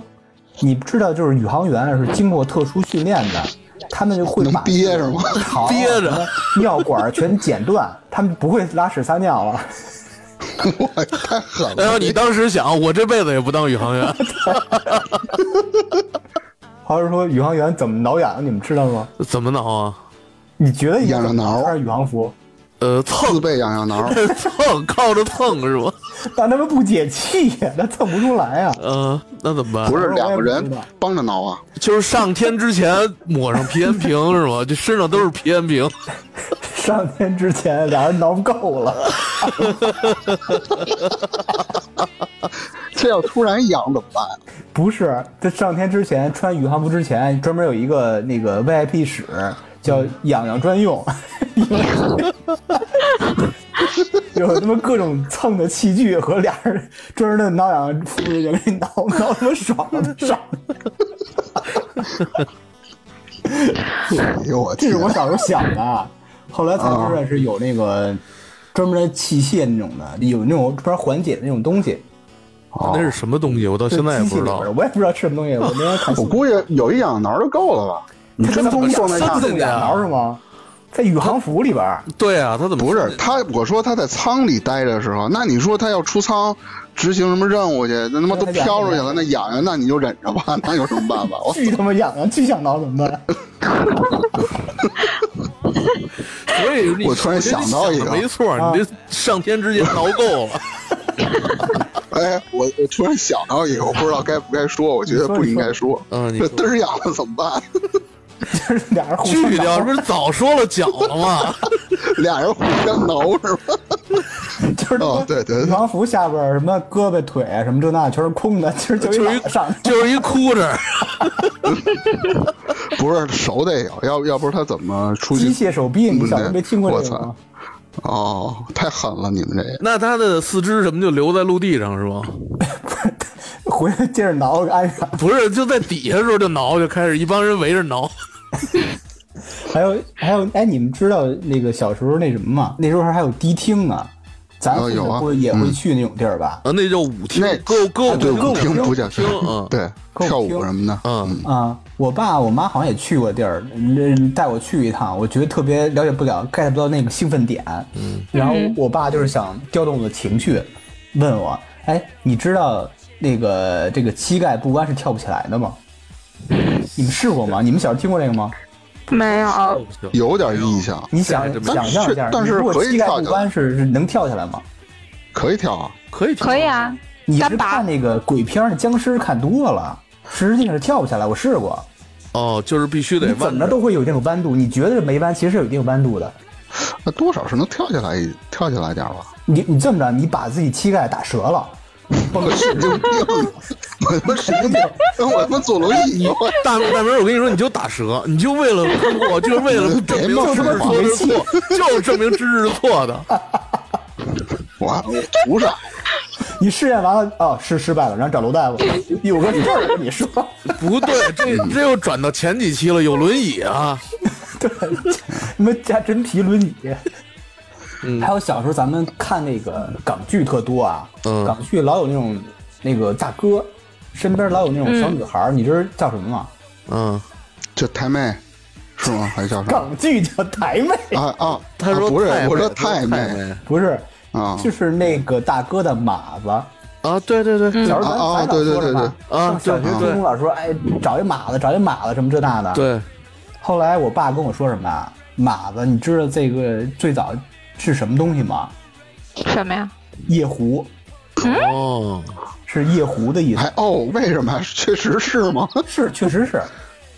Speaker 1: 你知道，就是宇航员是经过特殊训练的，他们就会
Speaker 2: 能
Speaker 1: 把
Speaker 2: 憋着吗
Speaker 1: 好
Speaker 4: 憋着，
Speaker 1: 尿管全剪断，他们不会拉屎撒尿了。
Speaker 2: 我太狠
Speaker 4: 然
Speaker 2: 了！
Speaker 4: 哎后你当时想，我这辈子也不当宇航员，
Speaker 1: 还是说宇航员怎么挠痒，你们知道吗？
Speaker 4: 怎么挠啊？
Speaker 1: 你觉得一个
Speaker 2: 痒痒挠
Speaker 1: 穿着宇航服，
Speaker 4: 呃，
Speaker 2: 自
Speaker 4: 蹭
Speaker 2: 备痒痒挠，
Speaker 4: 蹭，靠着蹭是吗？
Speaker 1: 但他们不解气呀，他蹭不出来啊呀。
Speaker 4: 呃，那怎么办？
Speaker 2: 不是
Speaker 1: 我也
Speaker 2: 两个
Speaker 1: 不
Speaker 2: 人
Speaker 1: 知道
Speaker 2: 帮着挠啊？
Speaker 4: 就是上天之前抹上皮炎平是吗？这身上都是皮炎平，
Speaker 1: 上天之前，俩人挠够了，
Speaker 2: 这要突然痒怎么办？
Speaker 1: 不是？他上天之前穿宇航服之前，专门有一个那个 VIP 室叫“痒痒专用”，有他妈各种蹭的器具和俩人专门的挠痒痒扶着就给你挠挠他妈爽的上。
Speaker 2: 哎呦我
Speaker 1: 这
Speaker 2: 天
Speaker 1: 是！我小时候想的 啊，后来才知道是有那个专门的器械那种的，有那种专门缓解的那种东西。
Speaker 4: 哦那是什么东西？我到现在也不
Speaker 1: 就是机器
Speaker 4: 知道
Speaker 1: 里边的。我也不知道是什么东西，我那天看
Speaker 2: 我估计有一痒痒挠就够了吧？你真
Speaker 1: 不
Speaker 2: 空状态下
Speaker 1: 动两挠是吗？在宇航服里边儿，
Speaker 4: 对啊，他怎么
Speaker 2: 不是他，我说他在舱里待着的时候，那你说他要出舱执行什么任务去，那他妈都飘出去了，那痒痒，那你就忍着吧， 那有什么办法？我
Speaker 1: 巨他妈痒啊，巨想挠怎么办？
Speaker 4: 所以你
Speaker 2: 我突然
Speaker 4: 觉得你
Speaker 2: 想到一个
Speaker 4: 的没错，你这上天之前挠够了，
Speaker 2: 哎，我我突然想到一个，我不知道该不该说，我觉得不应该说。
Speaker 4: 嗯你
Speaker 2: 这
Speaker 4: 说
Speaker 2: 嘚儿痒了怎么办？
Speaker 1: 就是俩人互相
Speaker 4: 去 掉，
Speaker 1: 挠，
Speaker 4: 不是早说了脚了吗？
Speaker 2: 俩人互相挠是吧？
Speaker 1: 就是
Speaker 2: 哦对对对
Speaker 1: 宇航服下边儿什么胳膊腿啊什么这那全是空的，其实就
Speaker 4: 就是
Speaker 1: 一
Speaker 4: 一
Speaker 1: 晚上。
Speaker 4: 就是一哭着，
Speaker 2: 不是熟得有，要要不是他怎么出去？
Speaker 1: 机械手臂，你小时候没听过这
Speaker 2: 嗯我
Speaker 1: 个
Speaker 2: 操
Speaker 1: 吗？
Speaker 2: 哦，太狠了，你们这个。
Speaker 4: 那他的四肢什么就留在陆地上是吗？
Speaker 1: 回来接着挠，安上。
Speaker 4: 不是，就在底下的时候就挠，就开始一帮人围着挠。
Speaker 1: 还有还有，哎，你们知道那个小时候那什么吗？那时候还有迪厅呢，咱
Speaker 2: 哦
Speaker 1: 父
Speaker 2: 有啊
Speaker 1: 母会也会去那种地儿吧？
Speaker 4: 啊，那叫舞厅
Speaker 2: 那，
Speaker 4: 歌歌舞
Speaker 2: 哎对
Speaker 4: 厅
Speaker 2: 舞厅不叫
Speaker 4: 厅嗯
Speaker 2: 对跳舞什么的，
Speaker 4: 嗯，
Speaker 1: 啊，我爸我妈好像也去过地儿，嗯带我去一趟，我觉得特别了解不了，get 不到那个兴奋点。嗯，然后我爸就是想调动我的情绪，问我，哎，你知道那个这个膝盖不弯是跳不起来的吗？你们试过吗？你们小时候听过这个吗？
Speaker 3: 没
Speaker 4: 哦
Speaker 3: 有，
Speaker 2: 有点啊印象，
Speaker 1: 你想
Speaker 4: 这还真没
Speaker 1: 想象一下，
Speaker 2: 但是
Speaker 1: 你如
Speaker 2: 可
Speaker 1: 果
Speaker 2: 以
Speaker 1: 膝盖
Speaker 2: 跳起
Speaker 1: 不
Speaker 2: 来
Speaker 1: 弯是是能跳起来吗？
Speaker 2: 可以跳啊。
Speaker 4: 可以
Speaker 3: 可以啊，
Speaker 1: 你
Speaker 3: 单
Speaker 1: 是
Speaker 3: 拔
Speaker 1: 看那个鬼片儿、僵尸看多了，实际上是跳不下来。我试过，
Speaker 4: 哦，就是必须
Speaker 1: 你
Speaker 4: 得
Speaker 1: 怎
Speaker 4: 弯
Speaker 1: 么着
Speaker 4: 着。
Speaker 1: 都会有一定的弯度。你觉得没弯，其实是有一定弯度的。
Speaker 2: 那多少是能跳起来一，跳起来点儿吧？
Speaker 1: 你你这么着，你把自己膝盖打折了，
Speaker 2: 我神经病， 我他妈神经病，我他妈坐轮椅，我
Speaker 4: 大大明儿，我跟你说，你就打折，你就为了通过，就是为了证明
Speaker 2: 别
Speaker 4: 知
Speaker 2: 冒
Speaker 4: 识
Speaker 2: 犯
Speaker 4: 错
Speaker 1: 我
Speaker 4: 是错，就是证明知识是错的。
Speaker 2: 我我图啥？
Speaker 1: 你试验完了哦，是失败了，然后找罗 大夫。有个事儿跟你说，
Speaker 4: 不对，这这又转到前几期了，有轮椅啊，
Speaker 1: 对，你们加真皮轮椅。还有小时候咱们看那个港剧特多啊，
Speaker 4: 嗯
Speaker 1: 港剧老有那种那个大哥，身边老有那种小女孩儿，你知道叫什么吗？
Speaker 4: 嗯，
Speaker 2: 这太妹是吗？还叫什么？
Speaker 1: 港剧叫台妹。
Speaker 2: 啊啊！
Speaker 4: 他说
Speaker 2: 啊不是
Speaker 4: 太，妹
Speaker 2: 我说
Speaker 4: 太
Speaker 2: 妹
Speaker 1: 不是
Speaker 2: 啊
Speaker 1: 就是那个大哥的马子。
Speaker 4: 啊，对对对，
Speaker 1: 小时
Speaker 2: 啊
Speaker 1: 候咱咱老说
Speaker 2: 啊对对
Speaker 1: 着嘛，
Speaker 4: 对啊
Speaker 1: 上小学
Speaker 4: 对
Speaker 1: 初中老说，哎，找一马子，找一马子，什么这那的。。
Speaker 4: 对，
Speaker 1: 后来我爸跟我说什么啊？马子，你知道这个最早是什么东西吗？
Speaker 3: 什么呀？
Speaker 1: 夜壶
Speaker 4: 哦，
Speaker 1: 是夜壶的意
Speaker 2: 还
Speaker 1: 思，
Speaker 2: 哦，为什么？ 确实是吗？
Speaker 1: 是确实是，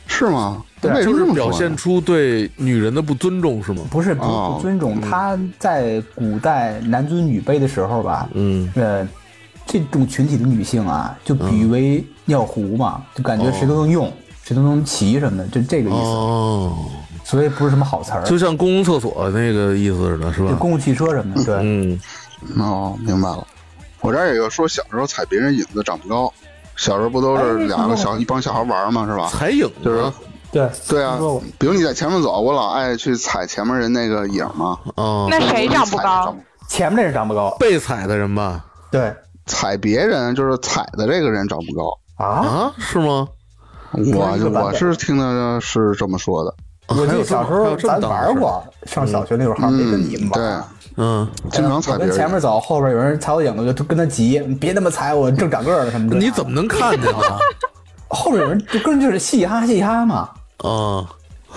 Speaker 2: 是吗？
Speaker 1: 对啊
Speaker 2: 为什
Speaker 4: 啊
Speaker 2: 么
Speaker 4: 就
Speaker 2: 这
Speaker 4: 是
Speaker 2: 么
Speaker 4: 表
Speaker 2: 说
Speaker 4: 现
Speaker 2: 呢
Speaker 4: 出对女人的不尊重是吗？
Speaker 1: 不是不
Speaker 2: 哦
Speaker 1: 不尊重。他在古代男尊女卑的时候吧，
Speaker 4: 嗯，
Speaker 1: 呃，这种群体的女性啊，就比喻
Speaker 2: 嗯
Speaker 1: 为尿壶嘛，就感
Speaker 2: 哦
Speaker 1: 觉谁都能用，谁都能骑什么的，就这个意思。
Speaker 4: 哦，
Speaker 1: 所以不是什么好词儿。
Speaker 4: 就像公共厕所那个意思似的，是
Speaker 1: 就
Speaker 4: 吧？
Speaker 1: 公共汽车什么的，对，
Speaker 4: 嗯，
Speaker 2: 哦，明白了。我这儿有一个说小时候踩别
Speaker 1: 哎
Speaker 2: 人影子长不高，小时候不都是两个小一帮小孩玩儿嘛，是吧？啊
Speaker 4: 踩影
Speaker 2: 就是
Speaker 4: 子，
Speaker 1: 对
Speaker 2: 对啊
Speaker 1: 听说过，
Speaker 2: 比如你在前面走，我老爱去踩前面人那个影儿嘛。
Speaker 4: 啊，
Speaker 3: 那谁哎长不高？
Speaker 1: 前面那是长不高，
Speaker 4: 被踩的人吧？
Speaker 1: 对
Speaker 2: 踩别人就是踩的这个人长不高。
Speaker 1: 啊，
Speaker 4: 啊，是吗？
Speaker 2: 我
Speaker 1: 这个版本
Speaker 2: 我是听的是这么说的。
Speaker 1: 我记
Speaker 4: 还有
Speaker 1: 得
Speaker 4: 这么
Speaker 1: 小时
Speaker 4: 还
Speaker 1: 候
Speaker 4: 有这么
Speaker 1: 咱
Speaker 4: 档
Speaker 1: 玩
Speaker 4: 事
Speaker 1: 过，上小学那会儿好像没跟你们玩儿。哎
Speaker 2: 嗯
Speaker 4: 嗯，
Speaker 2: 经常踩
Speaker 1: 我
Speaker 2: 别
Speaker 1: 跟
Speaker 2: 人。
Speaker 1: 前面走，后边有人踩我影子，我就跟他急，你别那么踩我，正长个儿呢什么的。
Speaker 2: 啊
Speaker 4: 你怎么能看见啊 呢？
Speaker 1: 后边有人就跟着就是嘻哈嘻哈嘛？
Speaker 2: 哦
Speaker 4: 啊，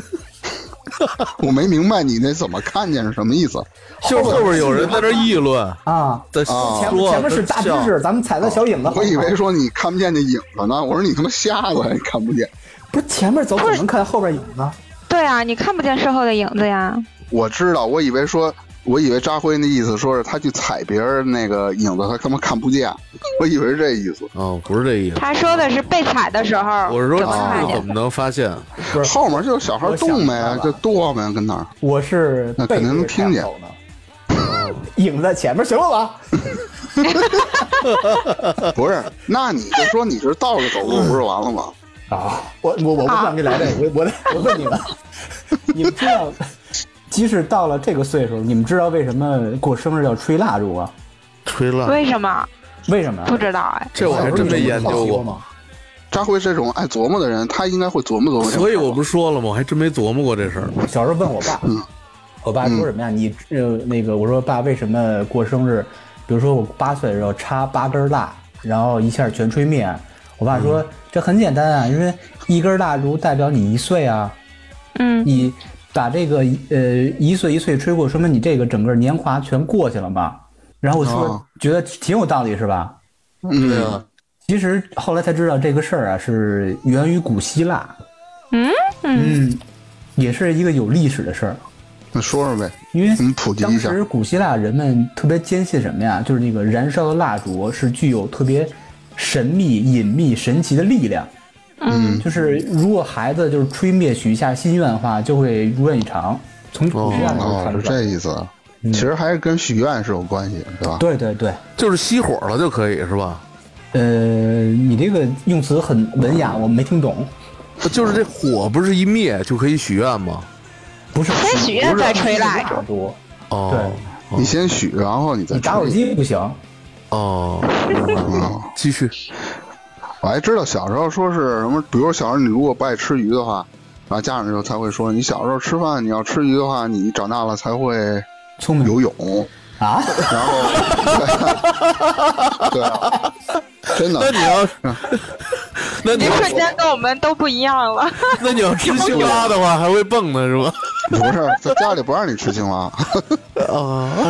Speaker 2: 我没明白你那怎么看见是什么意思？
Speaker 4: 就是后边有人在这议论，
Speaker 1: 啊，
Speaker 4: 在
Speaker 2: 哦
Speaker 1: 前
Speaker 4: 说，
Speaker 1: 前面是大知识，咱们踩在小影子。
Speaker 2: 我以为说你看不见那影子呢，我说你他妈瞎子，你看不见。
Speaker 1: 不是前面走怎么能看后边影子？
Speaker 3: 对啊，你看不见身后的影子呀。
Speaker 2: 我知道，我以为说，我以为扎辉那意思说是他去踩别人那个影子，他他妈看不见。我以为是这意思。
Speaker 4: 哦，不是这意思。
Speaker 3: 他说的是被踩的时候，
Speaker 4: 我是说，
Speaker 3: 怎么看
Speaker 4: 知识
Speaker 3: 见
Speaker 4: 怎么能发现？
Speaker 1: 不是
Speaker 2: 后面就是小孩动呗，就剁呗，跟那儿。
Speaker 1: 我是
Speaker 2: 那
Speaker 1: 背
Speaker 2: 肯定能
Speaker 1: 对着
Speaker 2: 听见
Speaker 1: 走的，影子在前面，行了吧？
Speaker 2: 不是，那你就说你是倒着走路，不是完了吗？
Speaker 1: 啊，我我我不想给你来这个，我我我问你们，你们知道，即使到了这个岁数，你们知道为什么过生日要吹蜡烛啊？
Speaker 4: 吹烂，
Speaker 3: 为什么
Speaker 1: 为什么啊呀？
Speaker 3: 不知道哎？
Speaker 4: 这我还真没研究过。
Speaker 1: 吗？
Speaker 2: 扎辉这种爱琢磨的人，他应该会琢磨琢磨这个。
Speaker 4: 所以我不是说了吗？我还真没琢磨过这事儿。
Speaker 1: 小时候问我爸，我爸说什么呀？你呃那个，我说爸，为什么过生日？比如说我八岁的时候插八根蜡，然后一下全吹灭。我爸说、这很简单啊，因为一根蜡烛代表你一岁啊，
Speaker 3: 嗯，
Speaker 1: 你把这个呃一岁一岁吹过，说明你这个整个年华全过去了嘛。然后我说、
Speaker 2: 哦
Speaker 1: 觉得挺有道理是吧？
Speaker 2: 嗯，
Speaker 1: 其实后来才知道这个事儿啊是源于古希腊，嗯嗯，也是一个有历史的事儿。
Speaker 2: 那说说呗，
Speaker 1: 因为
Speaker 2: 你普及
Speaker 1: 当
Speaker 2: 一下
Speaker 1: 时古希腊人们特别坚信什么呀？就是那个燃烧的蜡烛是具有特别神秘、隐秘、神奇的力量。嗯，就是如果孩子就是吹灭许下心愿的话，就会如愿以偿。从古希腊那
Speaker 2: 哦，
Speaker 1: 传
Speaker 2: 是
Speaker 1: 出来的。
Speaker 2: 这意思啊。其实还是跟许愿是有关系，对吧？
Speaker 1: 对对对，
Speaker 4: 就是熄火了就可以是吧？
Speaker 1: 呃，你这个用词很文雅，我没听懂。
Speaker 4: 就是这火不是一灭就可以许愿吗？
Speaker 1: 不是
Speaker 3: 先许愿再吹蜡烛
Speaker 1: 烛，烛
Speaker 4: 哦
Speaker 2: 你先许，然后你再
Speaker 1: 你打火
Speaker 2: 吹
Speaker 1: 机不行。
Speaker 4: 哦，继续。
Speaker 2: 我还知道小时候说是什么，比如小时候你如果不爱吃鱼的话，然后家长就才会说，你小时候吃饭你要吃鱼的话，你长大了才会
Speaker 1: 聪明
Speaker 2: 游 泳。
Speaker 1: 啊！
Speaker 2: 然后，对啊，真的
Speaker 4: 那，你要，那你
Speaker 3: 您
Speaker 4: 要，
Speaker 3: 瞬间跟我们都不一样了。
Speaker 4: 那你要吃青蛙的话，还会蹦呢是吧？
Speaker 2: 不是在家里不让你吃青蛙，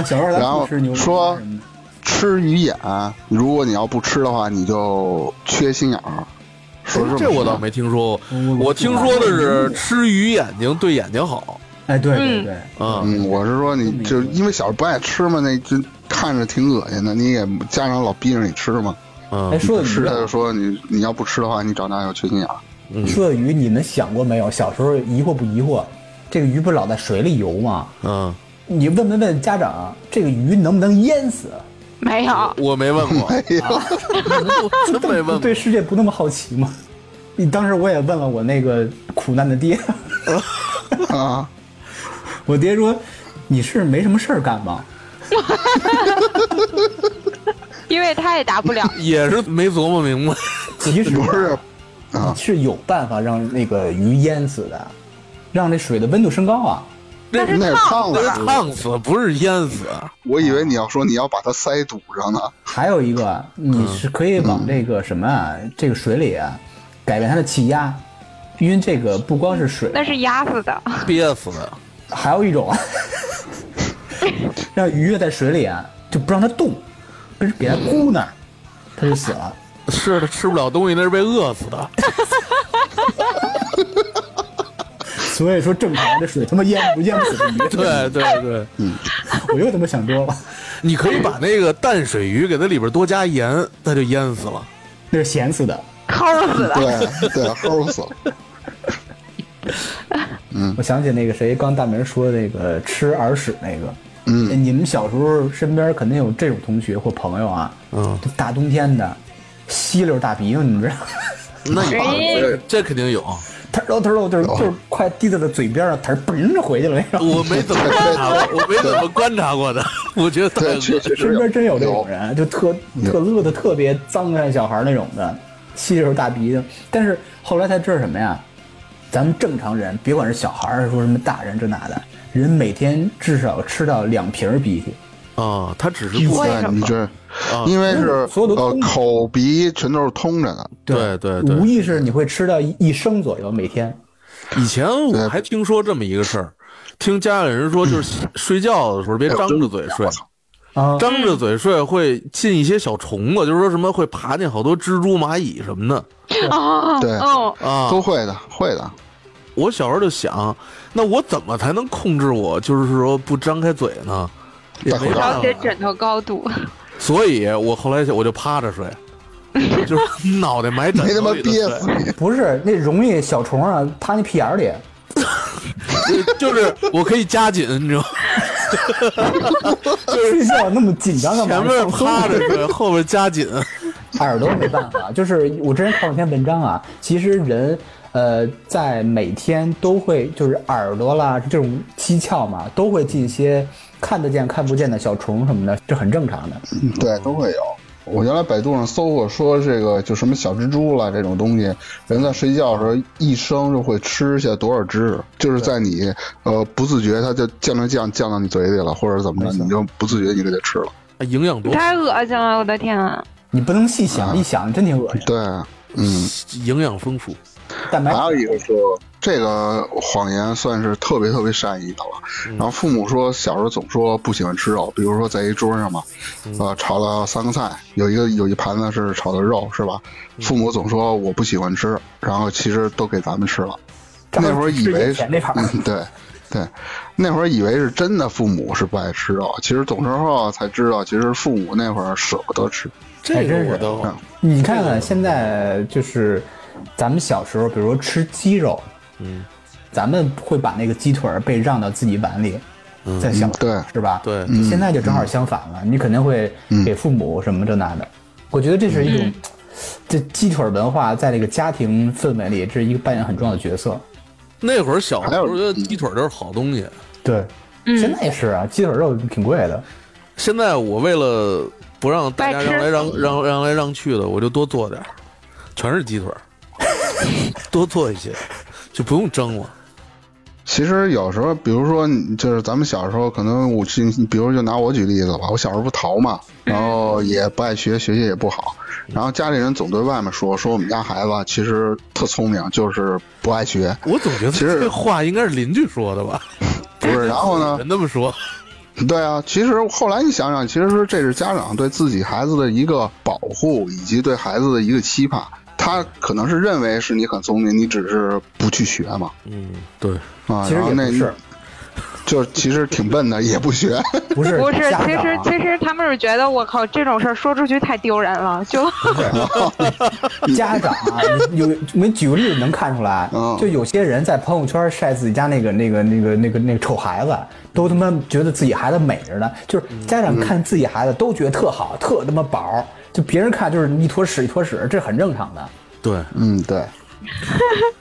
Speaker 1: 小时候
Speaker 2: 然
Speaker 1: 咱
Speaker 2: 后
Speaker 1: 不吃牛肉
Speaker 2: 说
Speaker 1: 什么的
Speaker 2: 吃鱼眼，如果你要不吃的话，你就缺心眼儿。说么
Speaker 4: 这我倒
Speaker 2: 说
Speaker 4: 没听说过
Speaker 1: 我，
Speaker 4: 我听说的是吃鱼眼睛对眼睛好
Speaker 1: 哎，对对
Speaker 3: 嗯
Speaker 1: 对。
Speaker 4: 啊。
Speaker 2: 嗯，我是说你就因为小时候不爱吃嘛，那就看着挺恶心的，你也家长老逼着你吃嘛，
Speaker 4: 嗯
Speaker 1: 哎，说的
Speaker 2: 吃
Speaker 1: 鱼
Speaker 2: 他
Speaker 1: 啊
Speaker 2: 就说你你要不吃的话，你啊长大要缺心眼儿。
Speaker 1: 说的鱼，你们想过没有？小时候疑惑不疑惑？这个鱼不老在水里游吗？
Speaker 4: 嗯，
Speaker 1: 你问没问家长，这个鱼能不能淹死？
Speaker 3: 没有，
Speaker 4: 我没问过，我真没问过
Speaker 1: 哎对。世界不那么好奇吗？你当时我也问了我那个苦难的爹，
Speaker 2: 啊，
Speaker 1: 我爹说你是没什么事儿干吗？
Speaker 3: 因为他也答不 了。
Speaker 4: 也是没琢磨明白，
Speaker 1: 其实
Speaker 2: 不
Speaker 4: 啊
Speaker 2: 是，
Speaker 1: 是有办法让那个鱼淹死的，让这水的温度升高啊。
Speaker 3: 那是
Speaker 2: 那是烫
Speaker 3: 烫
Speaker 4: 那
Speaker 2: 的。
Speaker 4: 是烫死，不是淹死。
Speaker 2: 我以为你要说你要把它塞堵上呢。
Speaker 1: 还有一个，啊你是可以往这个什么啊，这个水里啊，改变它的气压，因为这个不光是水，
Speaker 3: 那是压死的。
Speaker 4: 憋死的。
Speaker 1: 还有一种，啊 让鱼在水里啊，就不让它动，跟给它箍那儿，它就死了。
Speaker 4: 是的，吃不了东西，那是被饿死 的。
Speaker 1: 所以说，正常这水他妈淹不淹不死这鱼，
Speaker 4: 对对对，
Speaker 1: 我又他妈想多了，
Speaker 4: 你可以把那个淡水鱼给它里边多加盐，它就淹死了。
Speaker 1: 那是咸死的。
Speaker 3: 抠死的，
Speaker 2: 对 对，齁死了。
Speaker 1: 我想起那个谁，刚大明说那个吃耳屎那个，嗯，你们小时候身边肯定有这种同学或朋友啊，
Speaker 4: 嗯，
Speaker 1: 大冬天的，吸溜大鼻涕，你知道吗，
Speaker 4: 那
Speaker 3: 谁
Speaker 2: 哎
Speaker 4: 这肯定有，
Speaker 1: 他然后他说就是就是快滴到他嘴边上，他嘣就回去了那种。
Speaker 4: 我没怎么观察过，我没怎么观察过的， 我觉得太
Speaker 2: 对，
Speaker 4: 恶
Speaker 2: 确
Speaker 4: 心
Speaker 2: 确实
Speaker 1: 身边真有这种
Speaker 2: 啊有
Speaker 1: 人，啊就特特乐的特别脏的小孩那种的，吸着大鼻子。但是后来才知道什么呀？咱们正常人，别管是小孩儿说什么大人这那的，人每天至少吃到两瓶鼻涕。
Speaker 4: 啊，他只是不
Speaker 3: 为
Speaker 4: 干
Speaker 3: 什
Speaker 2: 你
Speaker 3: 么？
Speaker 2: 这，
Speaker 4: 啊
Speaker 2: 因为是
Speaker 1: 所有的
Speaker 2: 呃
Speaker 1: 通
Speaker 2: 口鼻全都是通着的，
Speaker 4: 对对对
Speaker 1: 无意识你会吃到一一升左右每天。
Speaker 4: 以前我还听说这么一个事儿，听家里人说，就是睡觉的时候别张着嘴
Speaker 2: 哎
Speaker 4: 睡，
Speaker 1: 啊
Speaker 4: 张着嘴睡会进一些小虫子，就是说什么会爬进好多蜘蛛、蚂蚁什么的
Speaker 3: 哦
Speaker 2: 对
Speaker 3: 哦，
Speaker 4: 啊。
Speaker 2: 都会的，会的。
Speaker 4: 我小时候就想，那我怎么才能控制我，就是说不张开嘴呢？也
Speaker 2: 戴口
Speaker 4: 没
Speaker 2: 罩
Speaker 4: 办
Speaker 3: 调
Speaker 4: 法
Speaker 3: 节，枕头高度，
Speaker 4: 所以我后来我就趴着睡，就是脑袋埋枕
Speaker 2: 没他妈
Speaker 4: 头里头
Speaker 2: 憋
Speaker 4: 睡
Speaker 2: 死。你！
Speaker 1: 不是，那容易小虫啊趴那屁眼儿里。
Speaker 4: 就是我可以加紧，你知道吗？
Speaker 1: 睡觉那么紧张干嘛？
Speaker 4: 前面趴着睡，后边加紧。啊
Speaker 1: 耳朵没办法，就是我之前看过一篇文章啊，其实人呃在每天都会就是耳朵啦这种七窍嘛，都会进一些看得见看不见的小虫什么的，这很正常的。
Speaker 2: 对，都会有。我原来百度上搜过，说这个就什么小蜘蛛啦这种东西，人在睡觉的时候一生就会吃下多少只，就是在你呃不自觉，它就降降降降到你嘴里了，或者怎么着，你就不自觉你给它吃了。
Speaker 4: 营养多
Speaker 3: 太恶心了，我的天啊！
Speaker 1: 你不能细
Speaker 4: 啊
Speaker 1: 想，一想真挺恶心。
Speaker 2: 对，嗯。
Speaker 4: 营养丰富，
Speaker 1: 蛋白
Speaker 4: 啊
Speaker 2: 还有一个说，这个谎言算是特别特别善意的了。
Speaker 1: 嗯
Speaker 2: 然后父母说，小时候总说不喜欢吃肉，比如说在一桌上嘛，
Speaker 1: 嗯
Speaker 2: 呃，炒了三个菜，有一个有一盘子是炒的肉，是吧？
Speaker 1: 嗯
Speaker 2: 父母总说我不喜欢吃，然后其实都给咱们吃了。那会儿以为
Speaker 1: 吃眼前那 盘儿
Speaker 2: 嗯 对对，那会儿以为是真的父母是不爱吃肉，其实懂事后哦才知道，其实父母那会儿舍不得吃。
Speaker 4: 这
Speaker 1: 真
Speaker 4: 个
Speaker 1: 是
Speaker 4: 我都
Speaker 2: 嗯
Speaker 1: 你看看现在就是咱们小时候，比如说吃鸡肉，
Speaker 4: 嗯，
Speaker 1: 咱们会把那个鸡腿儿被让到自己碗里，
Speaker 3: 嗯
Speaker 1: 在小时候
Speaker 2: 嗯对
Speaker 1: 是吧？
Speaker 4: 对
Speaker 1: 你现在就正好相反了，你肯定会给父母什么这那的。我觉得这是一
Speaker 3: 嗯
Speaker 1: 种，这鸡腿儿文化在这个家庭氛围里，这是一个扮演很重要的角色。
Speaker 4: 那会儿小时候觉得鸡腿都是好东西，
Speaker 1: 对，
Speaker 3: 嗯
Speaker 1: 现在也是啊，鸡腿肉挺贵的。
Speaker 4: 现在我为了不让大家
Speaker 3: 白吃
Speaker 4: 让来让让让来让去的，我就多做点儿，全是鸡腿 儿，多做一些，就不用蒸了。
Speaker 2: 其实有时候，比如说你，就是咱们小时候，可能我去，比如就拿我举例子吧，我小时候不淘嘛，然后
Speaker 1: 嗯
Speaker 2: 也不爱学，学习也不好，然后家里人总对外面说，说我们家孩子啊其实特聪明，就是不爱学，
Speaker 4: 我总觉得
Speaker 2: 其实
Speaker 4: 这话应该是邻居说的吧？
Speaker 2: 不是。然后呢，
Speaker 4: 人那么说，
Speaker 2: 对啊，其实后来你想想，其实这是家长对自己孩子的一个保护，以及对孩子的一个期盼。他可能是认为是你很聪明，你只是不去学嘛，
Speaker 4: 嗯，对，
Speaker 2: 啊，
Speaker 1: 其实
Speaker 3: 哦
Speaker 2: 然后
Speaker 1: 也
Speaker 2: 那
Speaker 1: 不是，
Speaker 2: 就其实挺笨的，也不 学。
Speaker 1: 不是
Speaker 3: 不是，
Speaker 1: 家
Speaker 3: 其实
Speaker 1: 长啊
Speaker 3: 其实他们是觉得我靠这种事儿说出去太丢人了，就
Speaker 1: 家长啊，有我们举个例子能看出来
Speaker 2: 嗯，
Speaker 1: 就有些人在朋友圈晒自己家那个那个那个那个那个丑孩子，都他妈觉得自己孩子美着呢。就是家长看自己孩子都觉得特好，特他妈宝儿，就别人看就是一坨屎一坨屎，这很正常的。
Speaker 4: 对，
Speaker 2: 嗯，对。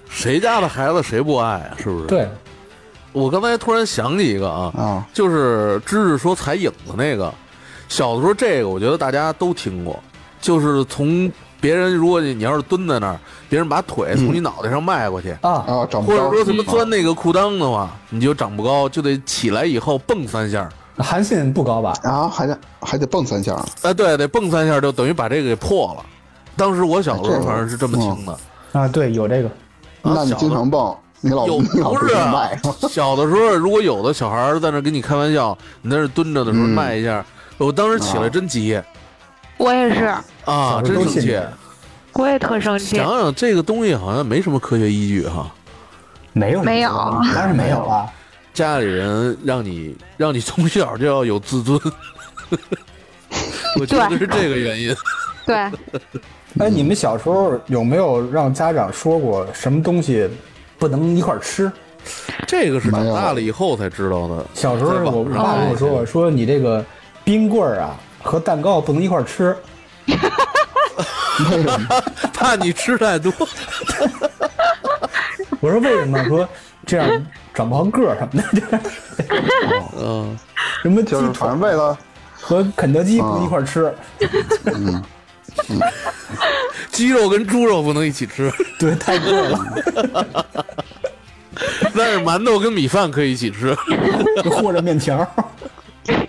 Speaker 4: 谁家的孩子谁不爱啊？是不是？，
Speaker 1: 对，
Speaker 4: 我刚才突然想起一个啊，
Speaker 2: 啊
Speaker 4: 就是知识说踩影子那个，小的时候这个我觉得大家都听过，就是从别人如果你你要是蹲在那儿，别人把腿从你脑袋上迈过去，
Speaker 1: 啊，
Speaker 2: 啊，长不
Speaker 4: 或
Speaker 2: 高
Speaker 4: 者说什么钻那个裤裆的话，你就长不高，就得起来以后蹦三下儿。
Speaker 1: 韩信不高吧？
Speaker 2: 啊，还得还得蹦三下儿，
Speaker 4: 哎，对，得蹦三下儿就等于把这个给破了。当时我小
Speaker 2: 哎
Speaker 4: 时候
Speaker 2: 这个
Speaker 4: 反正是这么听的，
Speaker 1: 啊，对，有这个。
Speaker 2: 那你
Speaker 4: 小
Speaker 2: 经
Speaker 4: 的
Speaker 2: 常蹦，你老
Speaker 4: 有
Speaker 2: 你老
Speaker 4: 不是
Speaker 2: 被
Speaker 4: 啊
Speaker 2: 卖吗？？
Speaker 4: 小的时候，如果有的小孩儿在那儿跟你开玩笑，你在那儿蹲着的时候迈一下，我当时起来真急
Speaker 3: 我也是，
Speaker 4: 啊，
Speaker 1: 小时
Speaker 4: 真
Speaker 1: 候都
Speaker 4: 生
Speaker 1: 信
Speaker 4: 气
Speaker 1: 这。个
Speaker 3: 我也特生气
Speaker 4: 想。想这个东西好像没什么科学依据哈，
Speaker 1: 没有
Speaker 3: 没有
Speaker 1: 当然没有啊了。
Speaker 4: 家里人让你让你从小就要有自尊， 我觉得是这个原因。
Speaker 3: 对，
Speaker 1: 哎，你们小时候有没有让家长说过什么东西不能一块儿吃？
Speaker 4: 这个是长
Speaker 2: 没有
Speaker 4: 大了以后才知道的。
Speaker 1: 小时候
Speaker 4: 在网
Speaker 1: 我我
Speaker 4: 上
Speaker 1: 爸跟我说
Speaker 4: 看
Speaker 1: 过，
Speaker 2: 哎
Speaker 1: 说你这个冰棍儿啊和蛋糕不能一块儿 吃，
Speaker 4: 见，怕你吃太多。
Speaker 6: 我说为什么？说这样长不好个儿什么的，就是
Speaker 4: 嗯，
Speaker 6: 什么鸡
Speaker 2: 就是啊
Speaker 6: 腿
Speaker 2: 反正为了
Speaker 6: 和肯德基不一块儿吃，
Speaker 4: 鸡肉跟猪肉不能一起吃，
Speaker 6: 对，太过了，
Speaker 4: 但是馒头跟米饭可以一起吃。
Speaker 6: 和着面条儿。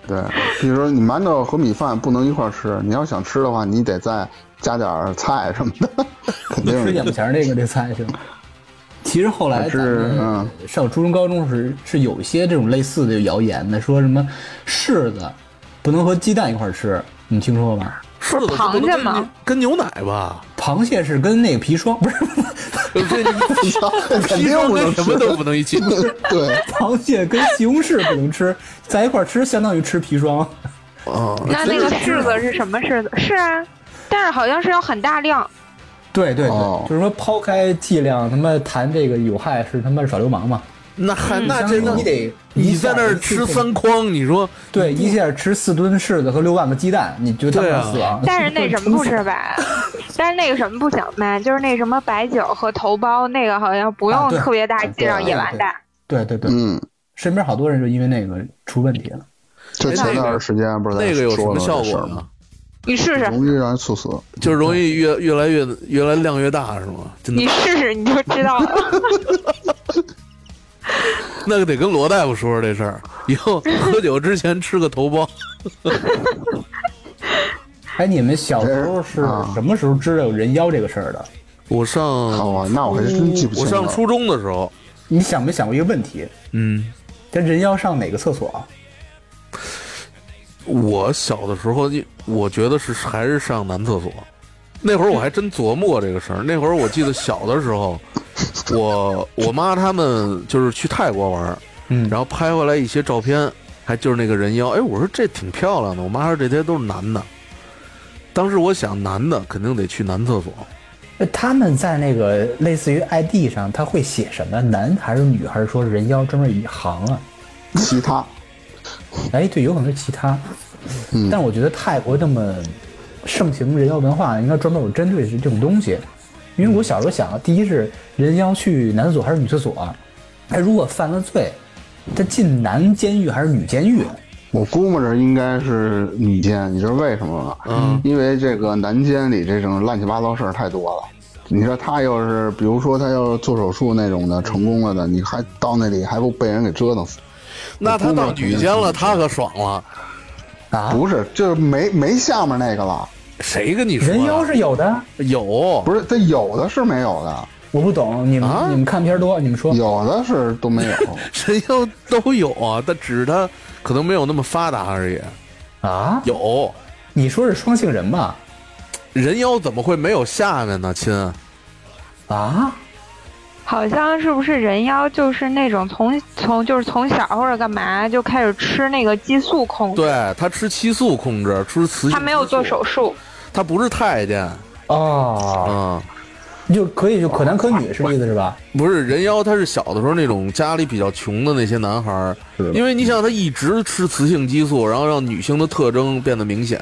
Speaker 2: 对，比如说你馒头和米饭不能一块儿吃，你要想吃的话，你得再加点儿菜什么的，肯定
Speaker 6: 吃眼前那个这菜是吗？
Speaker 1: 其实后来
Speaker 2: 是
Speaker 1: 咱们
Speaker 2: 嗯
Speaker 1: 上初中、高中时是有一些这种类似的谣言的，说什么柿子不能和鸡蛋一块儿吃，你听说过吗？
Speaker 4: 是的，
Speaker 3: 螃蟹吗？
Speaker 4: 跟牛奶吧，
Speaker 1: 螃蟹是跟那个砒霜不是，
Speaker 4: 这
Speaker 2: 肯
Speaker 4: 砒
Speaker 2: 定
Speaker 4: 霜
Speaker 2: 不
Speaker 4: 跟
Speaker 2: 能吃
Speaker 4: 什么都不能一起吃。
Speaker 2: 对，
Speaker 1: 螃蟹跟西红柿不能吃，在一块儿吃相当于吃砒霜。
Speaker 4: 啊，
Speaker 3: 那那个柿子是什么柿子？是啊，但是好像是要很大量。
Speaker 1: 对对对，
Speaker 2: 哦
Speaker 1: 就是说抛开剂量，他妈谈这个有害是他妈耍流氓嘛。
Speaker 4: 那还那
Speaker 1: 相
Speaker 4: 真
Speaker 1: 当
Speaker 4: 的
Speaker 1: 于你得
Speaker 4: 你在那儿吃三筐，你说
Speaker 1: 对，一下吃四吨柿子和六万个鸡蛋，你就当
Speaker 4: 对啊
Speaker 1: 场死亡。
Speaker 3: 但是那什么不吃吧？但是那个什么不行呗，就是那什么白酒和头孢，那个好像不
Speaker 1: 啊
Speaker 3: 用
Speaker 1: 对哎
Speaker 3: 特别大剂量也完蛋。
Speaker 1: 对对对，
Speaker 2: 嗯，
Speaker 1: 身边好多人就因为那个出问题了。
Speaker 2: 就前段儿时间不是在
Speaker 4: 哎那个有什
Speaker 2: 说
Speaker 4: 么
Speaker 2: 了
Speaker 4: 效
Speaker 2: 这事
Speaker 4: 果啊
Speaker 2: 儿吗
Speaker 4: 呢？？
Speaker 3: 你试试，
Speaker 2: 容易让人猝死。
Speaker 4: 就是容易越越来越越来量越大是吗？真的
Speaker 3: 你，试试你就知道了。
Speaker 4: 那个得跟罗大夫说说这事儿，以后喝酒之前吃个头孢。
Speaker 1: 哎，你们小时候是
Speaker 4: 嗯
Speaker 2: 啊
Speaker 1: 什么时候知道有人妖这个事儿的？
Speaker 4: 我上啊
Speaker 2: 哦，那我还真记不清
Speaker 4: 嗯我
Speaker 2: 了。
Speaker 4: 上初中的时候，
Speaker 1: 你想没想过一个问题？
Speaker 4: 嗯，
Speaker 1: 这人妖上哪个厕所啊？
Speaker 4: 我小的时候，我觉得是还是上男厕所。那会儿我还真琢磨过这个事儿。那会儿我记得小的时 候，我我妈他们就是去泰国玩儿，
Speaker 1: 嗯
Speaker 4: 然后拍回来一些照片，还就是那个人妖。哎，我说这挺漂亮的。我妈说这些都是男的。当时我想，男的肯定得去男厕所。
Speaker 6: 呃他们在那个类似于 ID 上，他会写什么？男还是女？还是说人妖专门一行啊？
Speaker 2: 其他，
Speaker 6: 哎，对，有可能是其他。
Speaker 2: 嗯
Speaker 6: 但我觉得泰国这么盛行人妖文化，应该专门有针对这种东西。因为我小时候想啊，第一是人妖去男厕所还是女厕所啊？他如果犯了罪，他进男监狱还是女监狱？
Speaker 2: 我估摸着应该是女监，你知道为什么吗？
Speaker 4: 嗯，
Speaker 2: 因为这个男监里这种乱七八糟事儿太多了。你说他要是，比如说他要是做手术那种的成功了的，你还到那里还不被人给折腾死？
Speaker 4: 那他到女监了，他可爽了。
Speaker 6: 啊，
Speaker 2: 不是，就是没没下面那个了，
Speaker 4: 谁跟你说的？啊
Speaker 6: 人妖是有的，
Speaker 4: 有，
Speaker 2: 不是，他有的是没有的，
Speaker 6: 我不懂。你们、
Speaker 4: 啊
Speaker 6: 你们看片儿多，你们说
Speaker 2: 有的是都没有。
Speaker 4: 人妖都有啊，但只是他可能没有那么发达而已。
Speaker 6: 啊？
Speaker 4: 有
Speaker 6: 你说是双性人吧？
Speaker 4: 人妖怎么会没有下面呢？亲，
Speaker 6: 啊？
Speaker 3: 好像是不是人妖就是那种从从就是从小或者干嘛就开始吃那个激素控制，
Speaker 4: 对他吃激素控制，吃雌性，
Speaker 3: 他没有做，手术，
Speaker 4: 他不是太监
Speaker 6: 哦，
Speaker 4: 啊、
Speaker 6: 就可以就可男可女是这意思是吧？
Speaker 4: 不是人妖，他是小的时候那种家里比较穷的那些男孩儿，因为你想他一直吃雌性激素，然后让女性的特征变得明显，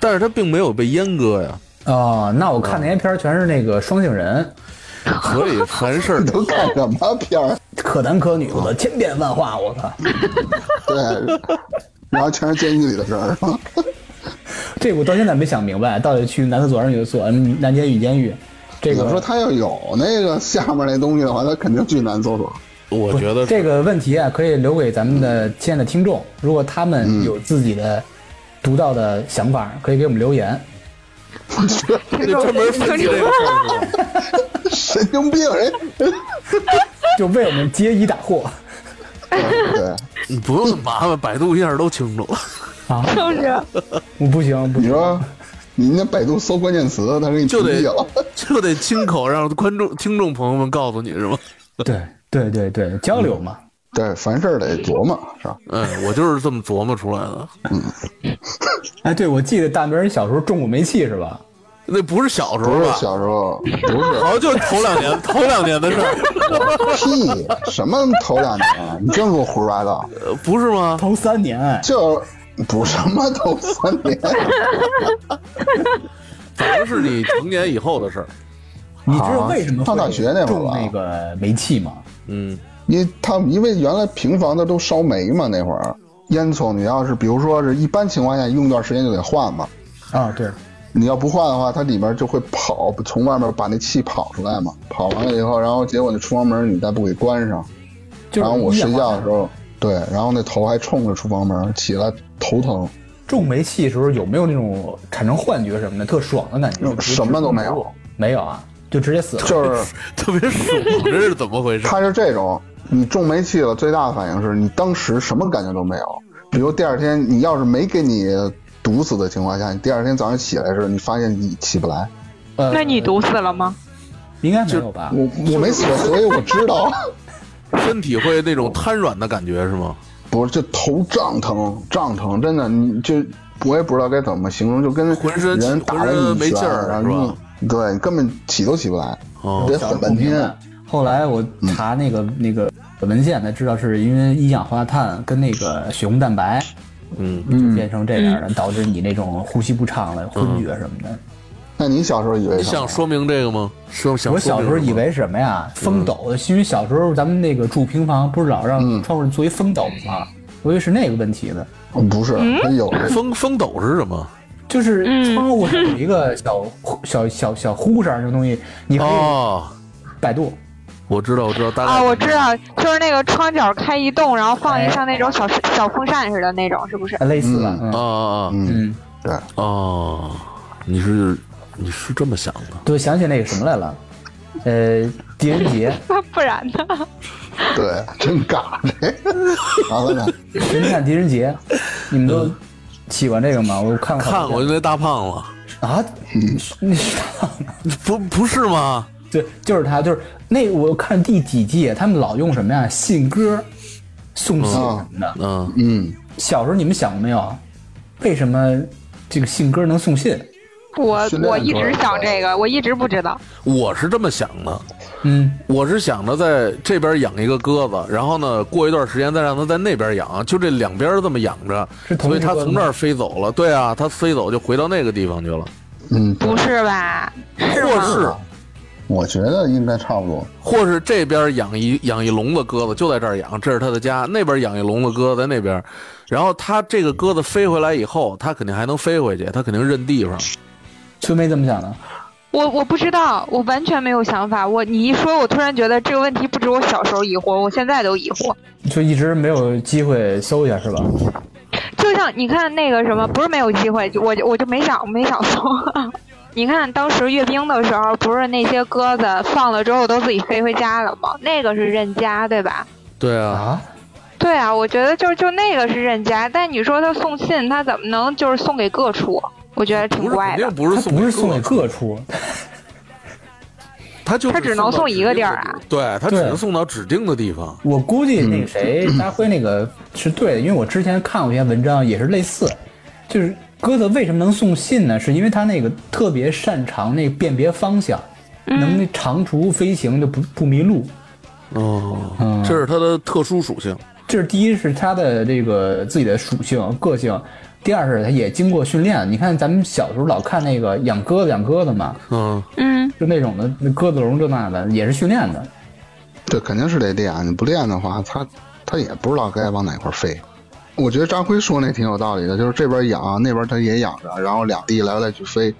Speaker 4: 但是他并没有被阉 割呀，
Speaker 6: 哦，那我看那些片儿全是那个双性人，
Speaker 4: 所以凡事
Speaker 2: 你
Speaker 4: 得
Speaker 2: 都看什么片儿？
Speaker 6: 可男可女，
Speaker 2: 哦
Speaker 6: 我的千变万化，我靠！
Speaker 2: 对，然后全是监狱里的事儿。
Speaker 6: 这我到现在没想明白，到底去男厕所还是女厕所，嗯男监狱、女监狱，这
Speaker 2: 你说
Speaker 6: 个
Speaker 2: 他要有那个下面那东西的话，他肯定去男厕所。
Speaker 4: 我觉得
Speaker 6: 这个问题啊，可以留给咱们的亲爱的听众，如果他
Speaker 2: 嗯
Speaker 6: 们有自己的独到的想法，可以给我们留言。
Speaker 4: 就专门分析这个事儿是吧。
Speaker 2: 神经病人，
Speaker 6: 就为我们揭疑打惑
Speaker 2: 对，
Speaker 4: 你不用那么麻烦，百度一下都清楚了。
Speaker 6: 啊！
Speaker 3: 就是
Speaker 6: 我不行，不
Speaker 2: 你
Speaker 6: 行，
Speaker 2: 说你那百度搜关键词，他给你
Speaker 4: 就
Speaker 2: 屏
Speaker 4: 得
Speaker 2: 蔽了。
Speaker 4: 就得亲口让观众、听众朋友们告诉你是吗？
Speaker 6: 对对对对，交流嘛。
Speaker 2: 对，凡事得琢磨，是吧？
Speaker 4: 哎，我就是这么琢磨出来的。
Speaker 6: 哎，对，我记得大明儿小时候中过煤气是吧？
Speaker 4: 那不是小时
Speaker 2: 不
Speaker 4: 候
Speaker 2: 是
Speaker 4: 吧？
Speaker 2: 小时候，不是
Speaker 4: 好像就是头两年，头两年的事 儿，
Speaker 2: 屁，什么头两年啊，你真给我胡说八道，
Speaker 4: 呃不是吗？
Speaker 6: 头三年，哎
Speaker 2: 就补什么头三年，
Speaker 4: 反正是你成年以后的事儿。
Speaker 1: 你知道为什么
Speaker 2: 上大学
Speaker 1: 那
Speaker 2: 那会儿
Speaker 1: 种
Speaker 2: 吧
Speaker 1: 那个煤气吗？
Speaker 4: 嗯，
Speaker 2: 因他们因为原来平房的都烧煤嘛，那会儿烟囱你要是比如说是一般情况下用段时间就得换嘛，
Speaker 1: 啊，对，
Speaker 2: 你要不换的话，它里面就会跑，从外面把那气跑出来嘛，跑完了以后，然后结果那厨房门你再不给关上，
Speaker 1: 就是啊
Speaker 2: 然后我
Speaker 1: 一
Speaker 2: 睡
Speaker 1: 氧
Speaker 2: 觉
Speaker 1: 化
Speaker 2: 的时候，对，然后那头还冲着厨房门，起来头疼，
Speaker 1: 中煤气的时候有没有那种产生幻觉什么的特爽的感觉？
Speaker 2: 嗯什么都没有，
Speaker 1: 没有啊，就直接死了。
Speaker 2: 就是
Speaker 4: 特别爽，这是怎么回事？
Speaker 2: 它是这种，你中煤气了，最大的反应是你当时什么感觉都没有。比如第二天你要是没给你毒死的情况下，你第二天早上起来的时候，你发现你起不来。
Speaker 1: 呃，
Speaker 3: 那你毒死了吗？
Speaker 1: 应该没有
Speaker 4: 啊
Speaker 1: 吧？
Speaker 2: 我我没死，所以我知道，
Speaker 4: 身体会那种瘫软的感觉是吗？
Speaker 2: 不是就头胀疼，胀疼，真的，你就我也不知道该怎么形容，就跟
Speaker 4: 浑身
Speaker 2: 人打
Speaker 4: 浑
Speaker 2: 了
Speaker 4: 身
Speaker 2: 你
Speaker 4: 没
Speaker 2: 一拳
Speaker 4: 劲儿
Speaker 2: 然
Speaker 4: 是吧
Speaker 2: 后你对，你根本起都起不来，
Speaker 4: 哦
Speaker 2: 得
Speaker 1: 小时
Speaker 2: 缓
Speaker 1: 候
Speaker 2: 半
Speaker 1: 不明白
Speaker 2: 天。
Speaker 1: 后来我
Speaker 2: 嗯
Speaker 1: 查那个、那个文献才知道，是因为一氧化碳跟那个血红蛋白
Speaker 4: 嗯，
Speaker 1: 就变成这样了，
Speaker 3: 嗯
Speaker 1: 导致你那种呼吸不畅了、昏厥什么的。
Speaker 2: 那你小时候以为
Speaker 4: 你
Speaker 2: 什么
Speaker 4: 想说明这个吗？说想
Speaker 1: 我
Speaker 4: 说
Speaker 1: 小
Speaker 4: 明
Speaker 1: 时候
Speaker 4: 什么
Speaker 1: 以为什么呀？风斗，因为小时候咱们那个住平房，不是老让窗户做一风斗吗？我以为是那个问题呢，
Speaker 2: 嗯不是，他有
Speaker 4: 风风斗是什么？
Speaker 1: 就是窗户上有一个小小小小呼扇这个东西，你可以
Speaker 4: 哦，
Speaker 1: 百度。
Speaker 4: 我知道，我知道，大概
Speaker 3: 啊，我知道，就是那个窗角开一洞，然后放一像那种小小风扇似的那种，是不 是？
Speaker 1: 啊类似吧，
Speaker 4: 啊
Speaker 1: 嗯
Speaker 4: 啊啊
Speaker 1: 嗯，
Speaker 2: 对，
Speaker 4: 哦，你是你是这么想的？
Speaker 1: 对，想起那个什么来了，呃，狄仁杰，
Speaker 3: 不然呢？
Speaker 2: 对，真尬这个。麻烦了，
Speaker 1: 神探狄仁杰，你们都喜欢这个吗？我看
Speaker 4: 看过就那大胖子，
Speaker 1: 啊，那是他吗？
Speaker 4: 不不是吗？
Speaker 1: 对，就是他，就是那我看第几季，他们老用什么呀？信鸽、送信什么的。
Speaker 4: 嗯，
Speaker 2: 嗯，
Speaker 1: 小时候你们想过没有，为什么这个信鸽能送信？
Speaker 3: 我
Speaker 2: 训练
Speaker 3: 我一直
Speaker 2: 出来
Speaker 3: 想
Speaker 1: 啊
Speaker 3: 这个，我一直不知道。
Speaker 4: 我是这么想的，
Speaker 1: 嗯，
Speaker 4: 我是想着在这边养一个鸽子，然后呢，过一段时间再让它在那边养，就这两边这么养着，
Speaker 1: 是同
Speaker 4: 所
Speaker 1: 一
Speaker 4: 以
Speaker 1: 个
Speaker 4: 它从
Speaker 1: 吗
Speaker 4: 这儿飞走了。对啊，它飞走就回到那个地方去了，
Speaker 2: 嗯，对
Speaker 3: 不是吧？是
Speaker 4: 或
Speaker 3: 吗？
Speaker 4: 是
Speaker 2: 我觉得应该差不多。
Speaker 4: 或是这边养一养一笼子鸽子，就在这儿养，这是他的家；那边养一笼子鸽子，在那边。然后他这个鸽子飞回来以后，他肯定还能飞回去，他肯定认地方。
Speaker 1: 春梅怎么想的？
Speaker 3: 我我不知道，我完全没有想法。我你一说，我突然觉得这个问题不止我小时候疑惑，我现在都疑惑。
Speaker 1: 就一直没有机会搜一下是吧？
Speaker 3: 就像你看那个什么，不是没有机会，就我就我就没想没想送。 你看当时阅兵的时候，不是那些鸽子放了之后都自己飞回家了吗？那个是认家，对吧？
Speaker 4: 对啊，
Speaker 1: 啊，
Speaker 3: 对啊，我觉得就就那个是认家，但你说他送信，他怎么能就是送给各处？我觉得挺
Speaker 4: 不是
Speaker 3: 怪
Speaker 4: 肯
Speaker 3: 的
Speaker 4: 定。不是
Speaker 1: 他
Speaker 4: 送
Speaker 1: 不
Speaker 4: 给
Speaker 1: 是送给
Speaker 4: 鸽子
Speaker 1: 各处，
Speaker 4: 他就
Speaker 3: 他只能送一个地儿啊
Speaker 4: 对他只
Speaker 1: 对
Speaker 4: 能送到指定的地方。
Speaker 1: 我估计那个谁，大辉那个是对的，因为我之前看过一篇文章，也是类似，就是鸽子为什么能送信呢？是因为它那个特别擅长那个辨别方向，能长途飞行就不不迷路。
Speaker 4: 哦，这是他的特殊属性。
Speaker 1: 这是第一是它的这个自己的属性个性，第二是它也经过训练。你看咱们小时候老看那个养鸽子养鸽子嘛，
Speaker 4: 嗯，
Speaker 3: 嗯，
Speaker 1: 就那种的那鸽子笼这那的，也是训练的。
Speaker 2: 这肯定是得练，你不练的话，它它也不知道该往哪块儿飞。我觉得张辉说那挺有道理的，就是这边养，那边它也养着，然后两地来来去飞，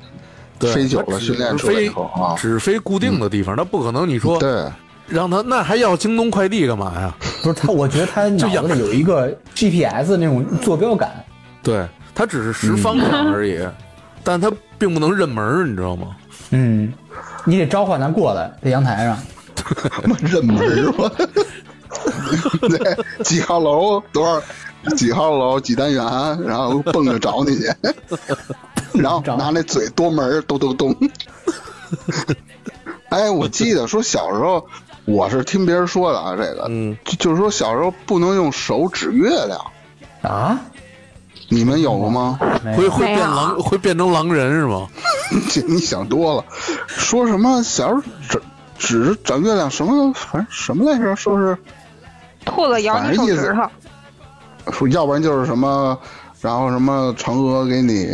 Speaker 4: 对
Speaker 2: 飞久
Speaker 4: 他
Speaker 2: 了
Speaker 4: 只
Speaker 2: 训练出来以
Speaker 4: 飞
Speaker 2: 后啊，嗯
Speaker 4: 只飞固定的地方，他不可能你说
Speaker 2: 对，
Speaker 4: 让他那还要京东快递干嘛呀？
Speaker 1: 不是它，我觉得它脑
Speaker 4: 养
Speaker 1: 子里有一个 GPS 那种坐标感。
Speaker 4: 对他只是
Speaker 2: 嗯
Speaker 4: 识方向而已，但他并不能认门儿，你知道吗？
Speaker 1: 嗯，你得召唤它过来，在阳台上。
Speaker 2: 他妈认门儿吧？对，几号楼多少？几号楼几单元？然后蹦着找你去，然后拿那嘴多门儿咚咚咚。哎，我记得说小时候，我是听别人说的啊，这个，
Speaker 4: 嗯
Speaker 2: 就就是说小时候不能用手指月亮，
Speaker 1: 啊？
Speaker 2: 你们有过吗？
Speaker 1: 没
Speaker 4: 会
Speaker 1: 有
Speaker 4: 会变
Speaker 3: 没有
Speaker 4: 狼，会变成狼人是吗？
Speaker 2: 你想多了，说什么小时候指指着长月亮什么，反正什么来着，说是
Speaker 3: 兔子咬你手指头，
Speaker 2: 说要不然就是什么，然后什么嫦娥给你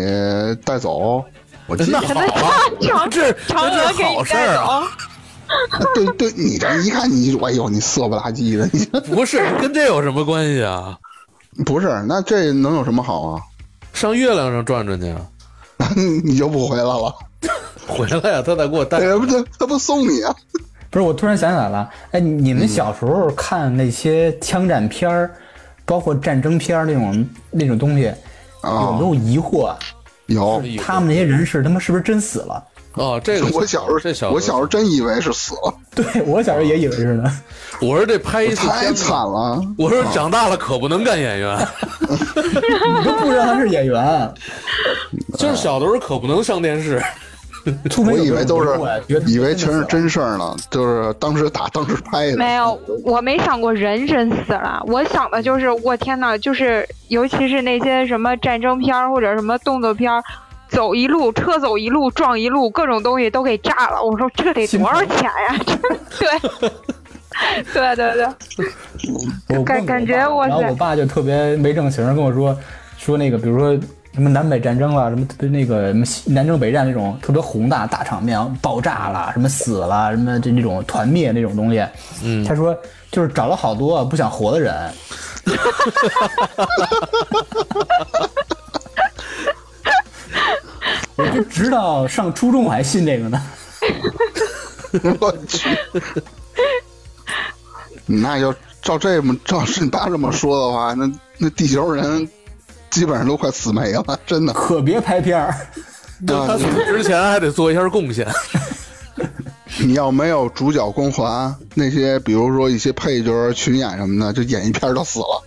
Speaker 2: 带走，我记得
Speaker 4: 那好啊，这
Speaker 3: 嫦
Speaker 4: 那
Speaker 3: 娥
Speaker 4: 这是
Speaker 3: 给你
Speaker 4: 好事儿
Speaker 3: 带
Speaker 4: 啊，
Speaker 3: 走。
Speaker 2: 对对，你这一看你，哎呦，你色不拉几的，你
Speaker 4: 不是跟这有什么关系啊？
Speaker 2: 不是？那这能有什么好啊？
Speaker 4: 上月亮上转转去，啊
Speaker 2: 你就不回来了？
Speaker 4: 回来呀，他得给我带
Speaker 2: 哎，不是，他不送你啊？
Speaker 1: 不是，我突然想起来了，哎，你们小时候看那些枪战片儿，包括战争片儿那种那种东西，有没
Speaker 2: 啊，
Speaker 1: 有疑惑啊？
Speaker 2: 有。
Speaker 1: 他们那些人是他妈是不是真死了？
Speaker 4: 哦，这个
Speaker 2: 我小时候，
Speaker 4: 这小
Speaker 2: 我小时候真以为是死了，
Speaker 1: 对我小时候也以为是呢。
Speaker 4: 我说这拍一次
Speaker 2: 太
Speaker 4: 片
Speaker 2: 惨
Speaker 4: 子，
Speaker 2: 了。啊
Speaker 4: 我说长大了可不能干演员，
Speaker 1: 你都不知道他是演员，
Speaker 4: 就是小的时候可不能上电视。
Speaker 2: 啊
Speaker 1: 粗眉
Speaker 2: 我
Speaker 1: 有
Speaker 2: 以为
Speaker 1: 这
Speaker 2: 都
Speaker 1: 种
Speaker 2: 是
Speaker 1: 疑惑呀觉得，
Speaker 2: 以为全
Speaker 1: 真的
Speaker 2: 是真事儿呢，就是当时打，当时拍的。
Speaker 3: 没有，我没想过人真死了，我想的就是我天呐，就是尤其是那些什么战争片儿或者什么动作片儿，走一路车走一路撞一路，各种东西都给炸了。我说这得多少钱呀？对，对对对，
Speaker 1: 死了，我
Speaker 3: 感
Speaker 1: 问过
Speaker 3: 感
Speaker 1: 我
Speaker 3: 觉
Speaker 1: 爸
Speaker 3: 哇
Speaker 1: 然后
Speaker 3: 塞
Speaker 1: 我爸就特别没正形儿跟我说说那个，比如说什么南北战争了，什么特别那个什么西南征北战那种特别宏大大场面，爆炸了，什么死了，什么这那种团灭那种东西。嗯，他说就是找了好多不想活的人， 我就直到上初中我还信这个呢。
Speaker 2: 我去， 那要照这么照 是你爸这么说的话，那那地球人基本上都快死没了，真的。
Speaker 1: 可别拍片儿，
Speaker 4: 他
Speaker 2: 啊
Speaker 4: 死之前还得做一下贡献，
Speaker 2: 你要没有主角光环，那些比如说一些配角群演什么的，就演一片儿都死了。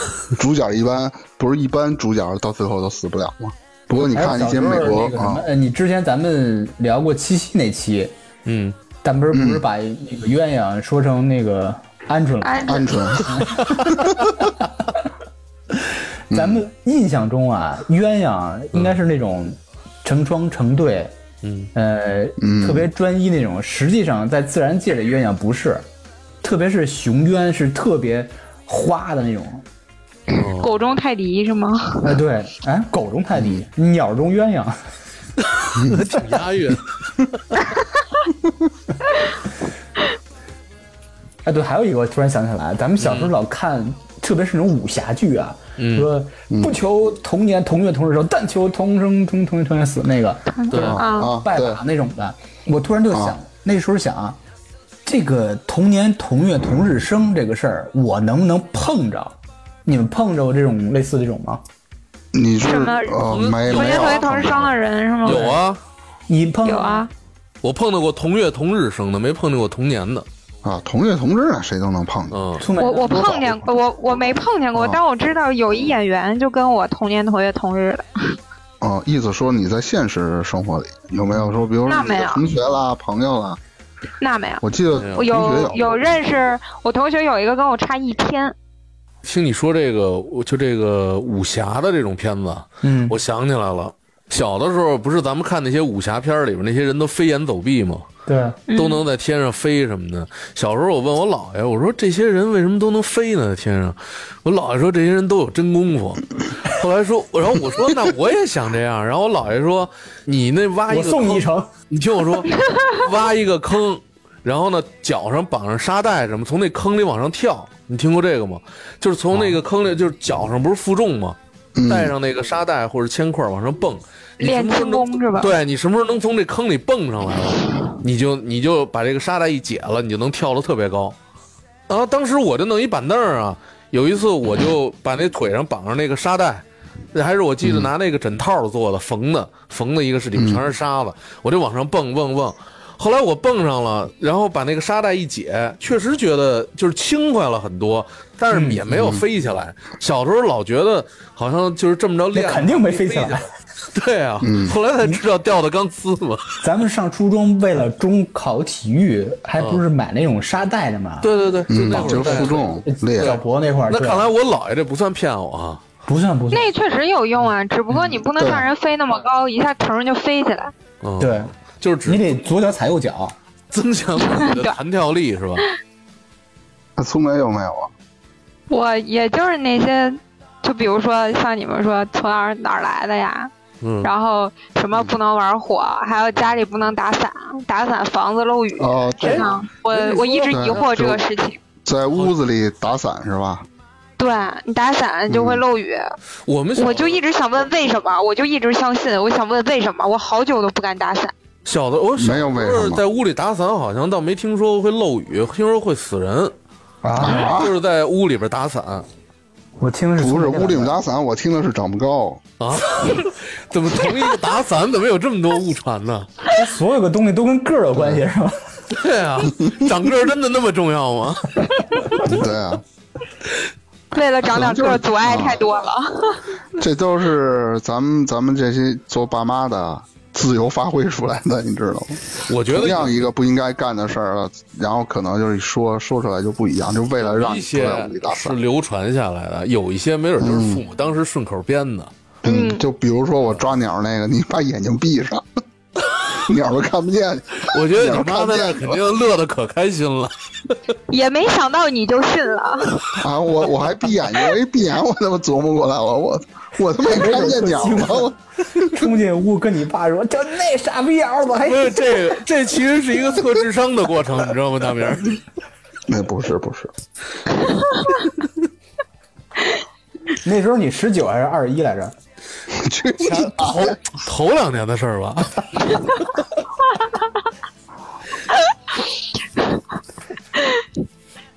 Speaker 2: 主角一般不是一般，主角到最后都死不了吗？不过你看一些美国
Speaker 1: 还有小时候那个什
Speaker 2: 啊
Speaker 1: 么，，呃，你之前咱们聊过七夕那期，
Speaker 4: 嗯，
Speaker 1: 但不是不是把那个鸳鸯说成那个鹌鹑了？
Speaker 3: 哎，
Speaker 2: 啊鹌鹑，
Speaker 1: 咱们印象中啊，鸳鸯应该是那种成双成对，
Speaker 4: 嗯，
Speaker 1: 呃，
Speaker 2: 嗯
Speaker 1: 特别专一那种。实际上在自然界里，鸳鸯不是，特别是雄鸳是特别花的那种。
Speaker 3: 狗中泰迪是吗？
Speaker 1: 哎，对，哎，狗中泰迪，鸟中鸳鸯。
Speaker 4: 挺押韵。
Speaker 1: 哎，对，还有一个我突然想起来，咱们小时候老看，特别是那种武侠剧啊，说不求同年同月同日生，但求同生同同月同月死那个
Speaker 4: 对，
Speaker 2: 啊，
Speaker 1: 拜
Speaker 2: 对
Speaker 1: 把，那种的。我突然就想
Speaker 2: 啊，
Speaker 1: 那时候想啊，这个同年同月同日生这个事儿，我能不能碰着？你们碰着过这种类似这种吗？
Speaker 2: 你是
Speaker 3: 什么
Speaker 2: 呃没
Speaker 3: 同
Speaker 2: 没
Speaker 3: 学
Speaker 2: 有
Speaker 3: 同学同时生的人是吗？
Speaker 4: 有啊，
Speaker 1: 你碰
Speaker 3: 啊有啊，
Speaker 4: 我碰到过同月同日生的，没碰见过同年的。
Speaker 2: 啊，同月同日啊，谁都能碰到。
Speaker 4: 嗯，
Speaker 1: 出门
Speaker 3: 我我碰见过，我我没碰见过，
Speaker 2: 啊
Speaker 3: 但我知道有一演员就跟我同年同月同日的。
Speaker 2: 哦，意思说你在现实生活里有没有说，比如说
Speaker 3: 那
Speaker 2: 你的
Speaker 3: 没有
Speaker 2: 同学啦、朋友啦，
Speaker 3: 那没有，
Speaker 2: 我记得同
Speaker 3: 我
Speaker 2: 学
Speaker 3: 有
Speaker 2: 有
Speaker 3: 有认识，我同学有一个跟我差一天，
Speaker 4: 听你说这个，我就这个武侠的这种片子，
Speaker 1: 嗯，
Speaker 4: 我想起来了。小的时候不是咱们看那些武侠片里边那些人都飞檐走壁吗？
Speaker 1: 对，
Speaker 4: 都能在天上飞什么的。小时候我问我姥爷，我说这些人为什么都能飞呢？在天上，我姥爷说这些人都有真功夫。后来说，然后我说那我也想这样。然后我姥爷说，你那挖一
Speaker 1: 我
Speaker 4: 个
Speaker 1: 送你一
Speaker 4: 坑，
Speaker 1: 程。
Speaker 4: 你听我说，挖一个坑，然后呢脚上绑上沙袋什么，从那坑里往上跳。你听过这个吗？就是从那个坑里，就是脚上不是负重吗？
Speaker 2: 嗯
Speaker 4: 带上那个沙袋或者铅块往上蹦，你什
Speaker 3: 练
Speaker 4: 么时候
Speaker 3: 轻
Speaker 4: 能
Speaker 3: 功是吧？
Speaker 4: 对你什么时候能从这坑里蹦上来了，你就你就把这个沙袋一解了，你就能跳得特别高。然后当时我就弄一板凳儿啊，有一次我就把那腿上绑上那个沙袋，那还是我记得拿那个枕套做的，缝的，缝的一个是里面全是沙子，我就往上蹦蹦蹦。后来我蹦上了，然后把那个沙袋一解，确实觉得就是轻快了很多，但是也没有飞起来。小时候老觉得好像就是这么着练，
Speaker 1: 那肯定没飞起来。
Speaker 4: 对啊，后来才知道掉的钢丝嘛。
Speaker 1: 咱们上初中为了中考体育，还不是买那种沙袋的吗？
Speaker 4: 对对对，就那会儿
Speaker 2: 嗯就是
Speaker 4: 在
Speaker 2: 负重力，
Speaker 4: 啊
Speaker 1: 脚脖那块儿。
Speaker 4: 那
Speaker 1: 对
Speaker 4: 看来我姥爷这不算骗我啊。
Speaker 1: 不算不算。
Speaker 3: 那确实有用啊，只不过你不能
Speaker 2: 对
Speaker 3: 让人飞那么高，一下腾上就飞起来。
Speaker 4: 嗯，，
Speaker 1: 对，
Speaker 4: 就是
Speaker 1: 你
Speaker 4: 只
Speaker 1: 得左脚踩右脚。
Speaker 4: 增强你 的弹跳力是吧？
Speaker 2: 那苏梅有没有啊？
Speaker 3: 我也就是那些，就比如说像你们说从哪儿哪儿来的呀，
Speaker 4: 嗯
Speaker 3: 然后什么不能玩火，还有家里不能打伞，打伞房子漏雨。
Speaker 2: 哦，
Speaker 3: 这
Speaker 2: 对，
Speaker 3: 样，我我一直疑惑这个事情。
Speaker 2: 在屋子里打伞是吧？
Speaker 3: 对你打伞就会
Speaker 2: 嗯
Speaker 3: 漏雨，
Speaker 4: 我们小
Speaker 3: 我就一直想问为什么，我就一直相信，我想问为什么，我好久都不敢打伞。
Speaker 4: 小的我小
Speaker 2: 没有为
Speaker 4: 时候
Speaker 2: 什么
Speaker 4: 在屋里打伞，好像倒没听说会漏雨，听说会死人，
Speaker 6: 啊，
Speaker 2: 啊
Speaker 4: 就，是在屋里边打伞啊，
Speaker 1: 我听的是
Speaker 2: 不是
Speaker 1: 从这两
Speaker 2: 屋顶
Speaker 1: 个
Speaker 2: 打伞，我听的是长不高。
Speaker 4: 啊 怎么同一个打伞怎么有这么多误传呢？
Speaker 1: 所有的东西都跟个儿有关系是吧？
Speaker 4: 对啊，长个儿真的那么重要吗？
Speaker 2: 对啊，
Speaker 3: 为了长点个儿，阻碍太多了。
Speaker 2: 这都是咱们咱们这些做爸妈的自由发挥出来的，你知道吗？
Speaker 4: 我觉
Speaker 2: 同
Speaker 4: 得
Speaker 2: 样一个不应该干的事儿，然后可能就是说说出来就不一样，就为了让
Speaker 4: 一
Speaker 2: 你不在
Speaker 4: 些
Speaker 2: 屋里打
Speaker 4: 是
Speaker 2: 伞。
Speaker 4: 流传下来的，有一些没准就是父母当时顺口编的。
Speaker 2: 嗯，就比如说我抓鸟那个，你把眼睛闭上， 鸟都看不见。
Speaker 4: 我觉得你
Speaker 2: 鸟
Speaker 4: 妈
Speaker 2: 看不
Speaker 4: 在那
Speaker 2: 见
Speaker 4: 肯定乐得可开 心了。
Speaker 3: 也没想到你就信了，
Speaker 2: 啊！我我还闭眼睛，我一闭眼我他妈琢磨过来了，我我他妈也看不见 鸟了，我
Speaker 1: 冲进屋跟你爸说：“就那傻逼儿子还
Speaker 4: 不是这这其实是一个测智商的过程，你知道吗，大明儿？
Speaker 2: 那不是不是，
Speaker 1: 那时候你十九还是二十一来着？
Speaker 2: 去你妈
Speaker 4: 头头两年的事儿吧。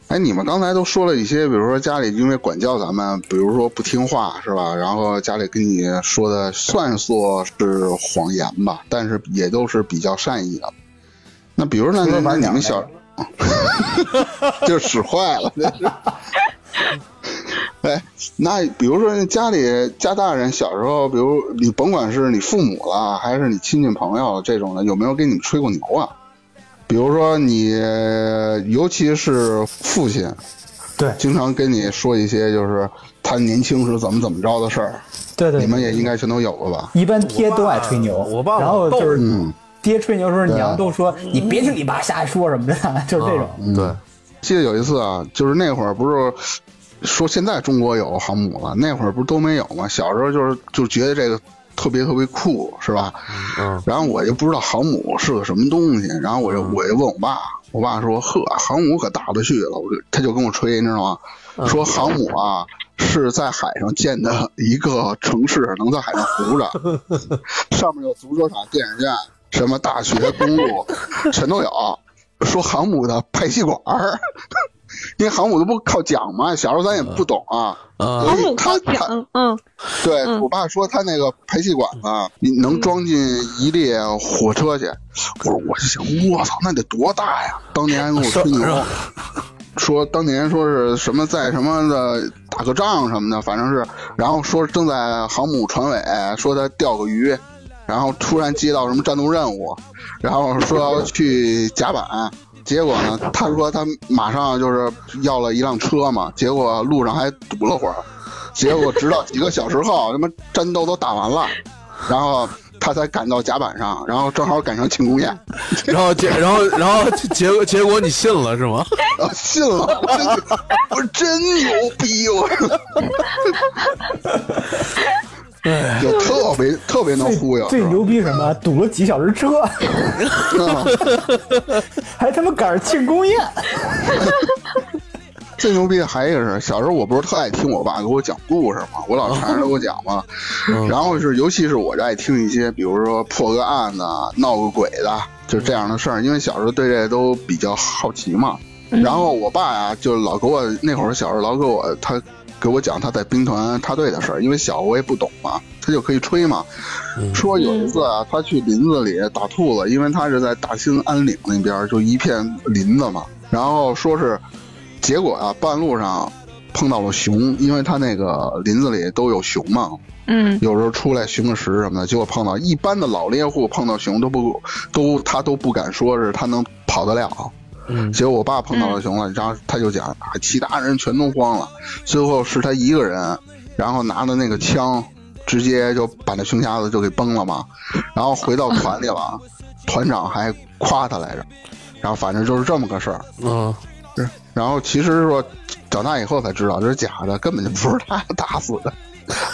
Speaker 2: 哎，你们刚才都说了一些，比如说家里因为管教咱们，比如说不听话是吧？然后家里跟你说的算作是谎言吧，但是也都是比较善意的。那比如那
Speaker 1: 除了
Speaker 2: 那
Speaker 1: 玩
Speaker 2: 你
Speaker 1: 鸟
Speaker 2: 们小， 就使坏了。真是哎，那比如说家里家大人小时候，比如你甭管是你父母啦，还是你亲戚朋友这种的，有没有给你们吹过牛啊？比如说你，呃尤其是父亲，
Speaker 1: 对
Speaker 2: 经常跟你说一些就是他年轻时怎么怎么着的事儿，
Speaker 1: 对对
Speaker 2: 你们也应该全都有过吧？
Speaker 1: 一般爹都爱吹牛，
Speaker 4: 我爸我爸
Speaker 1: 然后就是
Speaker 2: 嗯
Speaker 1: 爹吹牛的时候，
Speaker 2: 对啊
Speaker 1: 娘都说你别听你爸瞎说什么
Speaker 4: 啊
Speaker 1: 的，就是这种。
Speaker 4: 对，
Speaker 2: 记得有一次啊，就是那会儿不是说现在中国有航母了，那会儿不是都没有吗？小时候就是就觉得这个特别特别酷，是吧？
Speaker 4: 嗯，
Speaker 2: 然后我就不知道航母是个什么东西，然后我就我就问我爸，我爸说呵，航母可打不去了，我就他就跟我吹，你知道吗？说航母啊是在海上建的一个城市，能在海上糊着，上面有足球场、电影院，什么大学、公路，全都有。说航母的排气管儿，因为航母都不靠桨嘛，小时候咱也不懂啊。
Speaker 4: 啊
Speaker 2: 所
Speaker 3: 航
Speaker 2: 以
Speaker 3: 母
Speaker 2: 他
Speaker 3: 嗯靠
Speaker 2: 他
Speaker 3: 墙，嗯，
Speaker 2: 对、我爸说他那个排气管子啊，你能装进一列火车去。我说我想，我操，那得多大呀！当年还跟我吹牛，说当年说是什么在什么的打个仗什么的，反正是，然后说正在航母船尾，说他钓个鱼，然后突然接到什么战斗任务，然后说要去甲板。结果呢？他说他马上就是要了一辆车嘛，结果路上还堵了会儿，结果直到几个小时后，他妈战斗都打完了，然后他才赶到甲板上，然后正好赶上庆功宴，
Speaker 4: 然后结，然后然后结果结果你信了是吗？
Speaker 2: 然后哦信了，我真牛，我说真牛逼，我说，就特别特别能忽悠，
Speaker 1: 最
Speaker 2: 是吧嗯
Speaker 1: 牛逼什么？堵了几小时车， 还他妈赶上庆功宴。
Speaker 2: 最牛逼的还有一个是，小时候我不是特爱听我爸给我讲故事嘛，我老缠着他给我讲嘛。然后是，尤其是我就爱听一些，比如说破个案的、闹个鬼的，就这样的事儿，因为小时候对这都比较好奇嘛。然后我爸呀、就老给我那会儿小时候老给我他给我讲他在兵团插队的事儿，因为小我也不懂嘛，他就可以吹嘛。说有一次啊，他去林子里打兔子，因为他是在大兴安岭那边儿，就一片林子嘛。然后说是，结果啊，半路上碰到了熊，因为他那个林子里都有熊嘛，
Speaker 3: 嗯，
Speaker 2: 有时候出来寻个食什么的，结果碰到一般的老猎户碰到熊都不都他都不敢说是他能跑得了。
Speaker 4: 嗯
Speaker 2: 结果我爸碰到了熊了，然后他就讲，啊其他人全都慌了，最后是他一个人，然后拿着那个枪，直接就把那熊瞎子就给崩了嘛，然后回到团里了，团长还夸他来着，然后反正就是这么个事儿。
Speaker 4: 嗯，
Speaker 2: 然后其实说，长大以后才知道这是假的，根本就不是他打死的。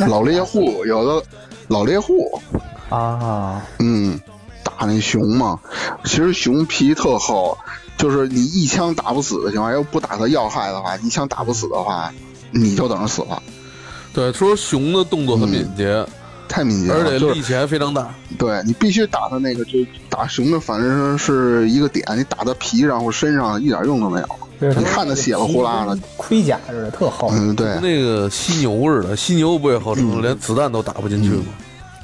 Speaker 2: 老猎户有的老猎户，
Speaker 1: 啊，
Speaker 2: 嗯，打那熊嘛，其实熊皮特厚，就是你一枪打不死的情况下，要不打它要害的话，一枪打不死的话，你就等着死了，
Speaker 4: 对，说熊的动作很敏捷，
Speaker 2: 太敏捷
Speaker 4: 而且
Speaker 2: 了，就是
Speaker 4: 力气还非常大。
Speaker 2: 对你必须打它那个，就打熊的，反正是一个点，你打它皮上或身上一点用都没有，
Speaker 1: 就是
Speaker 2: 你看它血了呼啦的，，
Speaker 1: 盔甲似的，特厚。
Speaker 2: 嗯，对
Speaker 4: 那个犀牛似的，犀牛不也好成，连子弹都打不进去吗？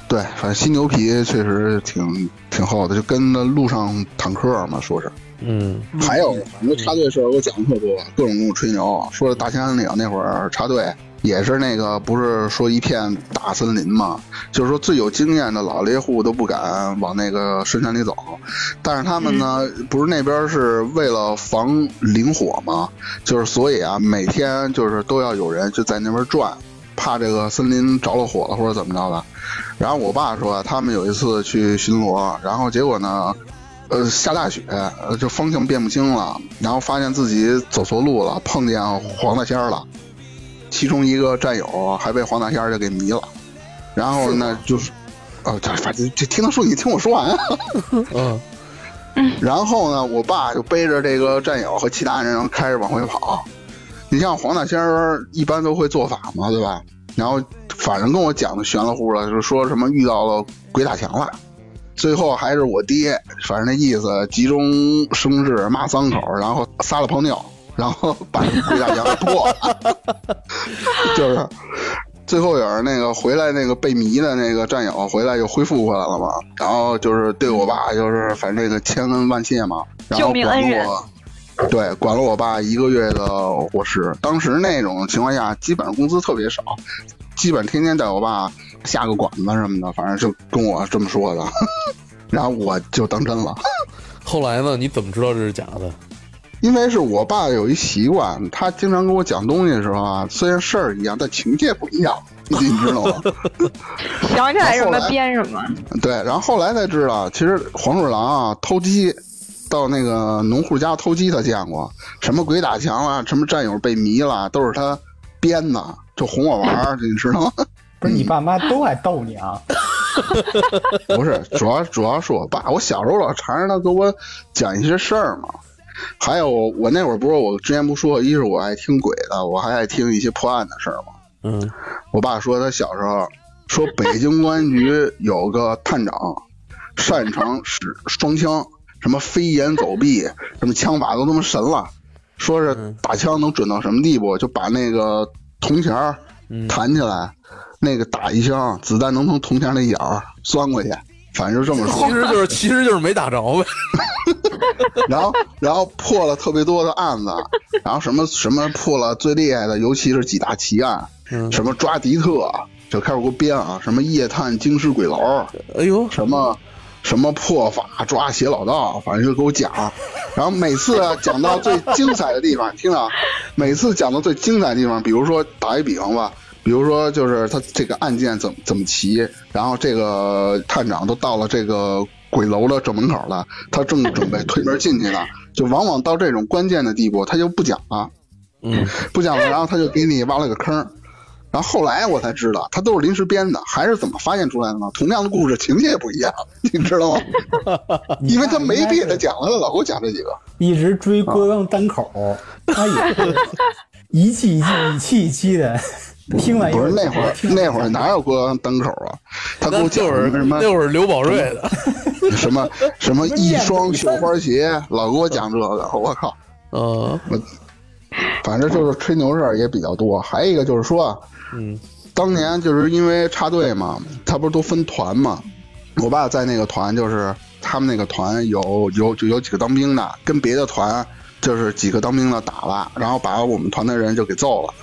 Speaker 2: 对，反正犀牛皮确实挺挺厚的，就跟那路上坦克嘛，说是。
Speaker 4: 嗯，
Speaker 2: 还有，你说插队事儿，我讲的特多，各种跟我吹牛，啊说这大兴安岭那会儿插队也是那个，不是说一片大森林嘛，就是说最有经验的老猎户都不敢往那个深山里走，但是他们呢，
Speaker 4: 嗯
Speaker 2: 不是那边是为了防林火嘛，就是所以啊，每天就是都要有人就在那边转，怕这个森林着了火了或者怎么着的。然后我爸说，他们有一次去巡逻，然后结果呢，呃，下大雪，呃就方向辨不清了，然后发现自己走错路了，碰见黄大仙儿了。其中一个战友还被黄大仙儿就给迷了，然后呢就是，呃，这反正这听他说，你听我说完啊。
Speaker 4: 嗯，
Speaker 2: 然后呢，我爸就背着这个战友和其他人开始往回跑。你像黄大仙儿一般都会做法嘛，对吧？然后反正跟我讲的玄了乎了，就说什么遇到了鬼打墙了。最后还是我爹，反正那意思急中生智，骂三口，然后撒了泡尿，然后把鬼打墙破了， 就是。最后也是那个回来那个被迷的那个战友回来又恢复过来了嘛，然后就是对我爸就是反正这个千恩万谢嘛，然后
Speaker 3: 救命
Speaker 2: 管了
Speaker 3: 恩人
Speaker 2: 我，对，管了我爸一个月的伙食。当时那种情况下，基本上工资特别少，基本天天带我爸下个馆子什么的，反正就跟我这么说的，然后我就当真了。
Speaker 4: 后来呢？你怎么知道这是假的？
Speaker 2: 因为是我爸有一习惯，他经常跟我讲东西的时候啊，虽然事儿一样，但情节不一样，你知道吗？
Speaker 3: 想起来什
Speaker 2: 然后
Speaker 3: 么
Speaker 2: 后来
Speaker 3: 编什么。
Speaker 2: 对，然后后来才知道，其实黄鼠狼啊偷鸡，到那个农户家偷鸡，他见过什么鬼打墙啦，什么战友被迷了，都是他编的，就哄我玩儿，你知道吗？
Speaker 1: 不是你爸妈都爱逗你啊？
Speaker 2: 不是，主要主要是我爸，我小时候老缠着他给我讲一些事儿嘛。还有我我那会儿不是我之前不说，一是我爱听鬼的，我还爱听一些破案的事儿嘛。
Speaker 4: 嗯，
Speaker 2: 我爸说他小时候说北京公安局有个探长，擅长使双枪，什么飞檐走壁，什么枪法都他妈神了。说是打枪能准到什么地步，就把那个铜钱儿弹起来，那个打一枪，子弹能从铜钱儿那眼儿钻过去，反正就这么说
Speaker 4: 其。实就是其实就是没打着呗。
Speaker 2: 然后然后破了特别多的案子，然后什么什么破了最厉害的，尤其是几大奇案，什么抓迪特，就开始给我编啊，什么夜探京师鬼楼，
Speaker 4: 哎呦，
Speaker 2: 什么什么破法抓邪老道，反正就给我讲。然后每次啊讲到最精彩的地方，听着，每次讲到最精彩的地方，比如说打一比方吧，比如说就是他这个案件怎么怎么齐，然后这个探长都到了这个鬼楼的正门口了，他正准备推门进去呢，就往往到这种关键的地步，他就不讲了。
Speaker 4: 嗯，
Speaker 2: 不讲了，然后他就给你挖了个坑儿。然后后来我才知道，他都是临时编的，还是怎么发现出来的呢？同样的故事情节也不一样，你知道吗？因为他没别的讲了，他老给我讲这几个。
Speaker 1: 一直追郭
Speaker 2: 哦
Speaker 1: 刚单口，他也是一期一期一期一期的，哎听完一
Speaker 2: 不
Speaker 1: 会
Speaker 2: 是
Speaker 1: 儿
Speaker 2: 那会儿，那会儿哪有郭德纲单口啊？他给
Speaker 4: 那
Speaker 2: 我讲
Speaker 4: 就是
Speaker 2: 什么
Speaker 4: 那会儿刘宝瑞的，
Speaker 2: 什 么什么一双绣花鞋，老给我讲这个，我靠！
Speaker 4: 嗯
Speaker 2: 反正就是吹牛事儿也比较多。还有一个就是说啊，
Speaker 4: 嗯，
Speaker 2: 当年就是因为插队嘛，他不是都分团嘛？我爸在那个团，就是他们那个团有有就有几个当兵的，跟别的团就是几个当兵的打了，然后把我们团的人就给揍了。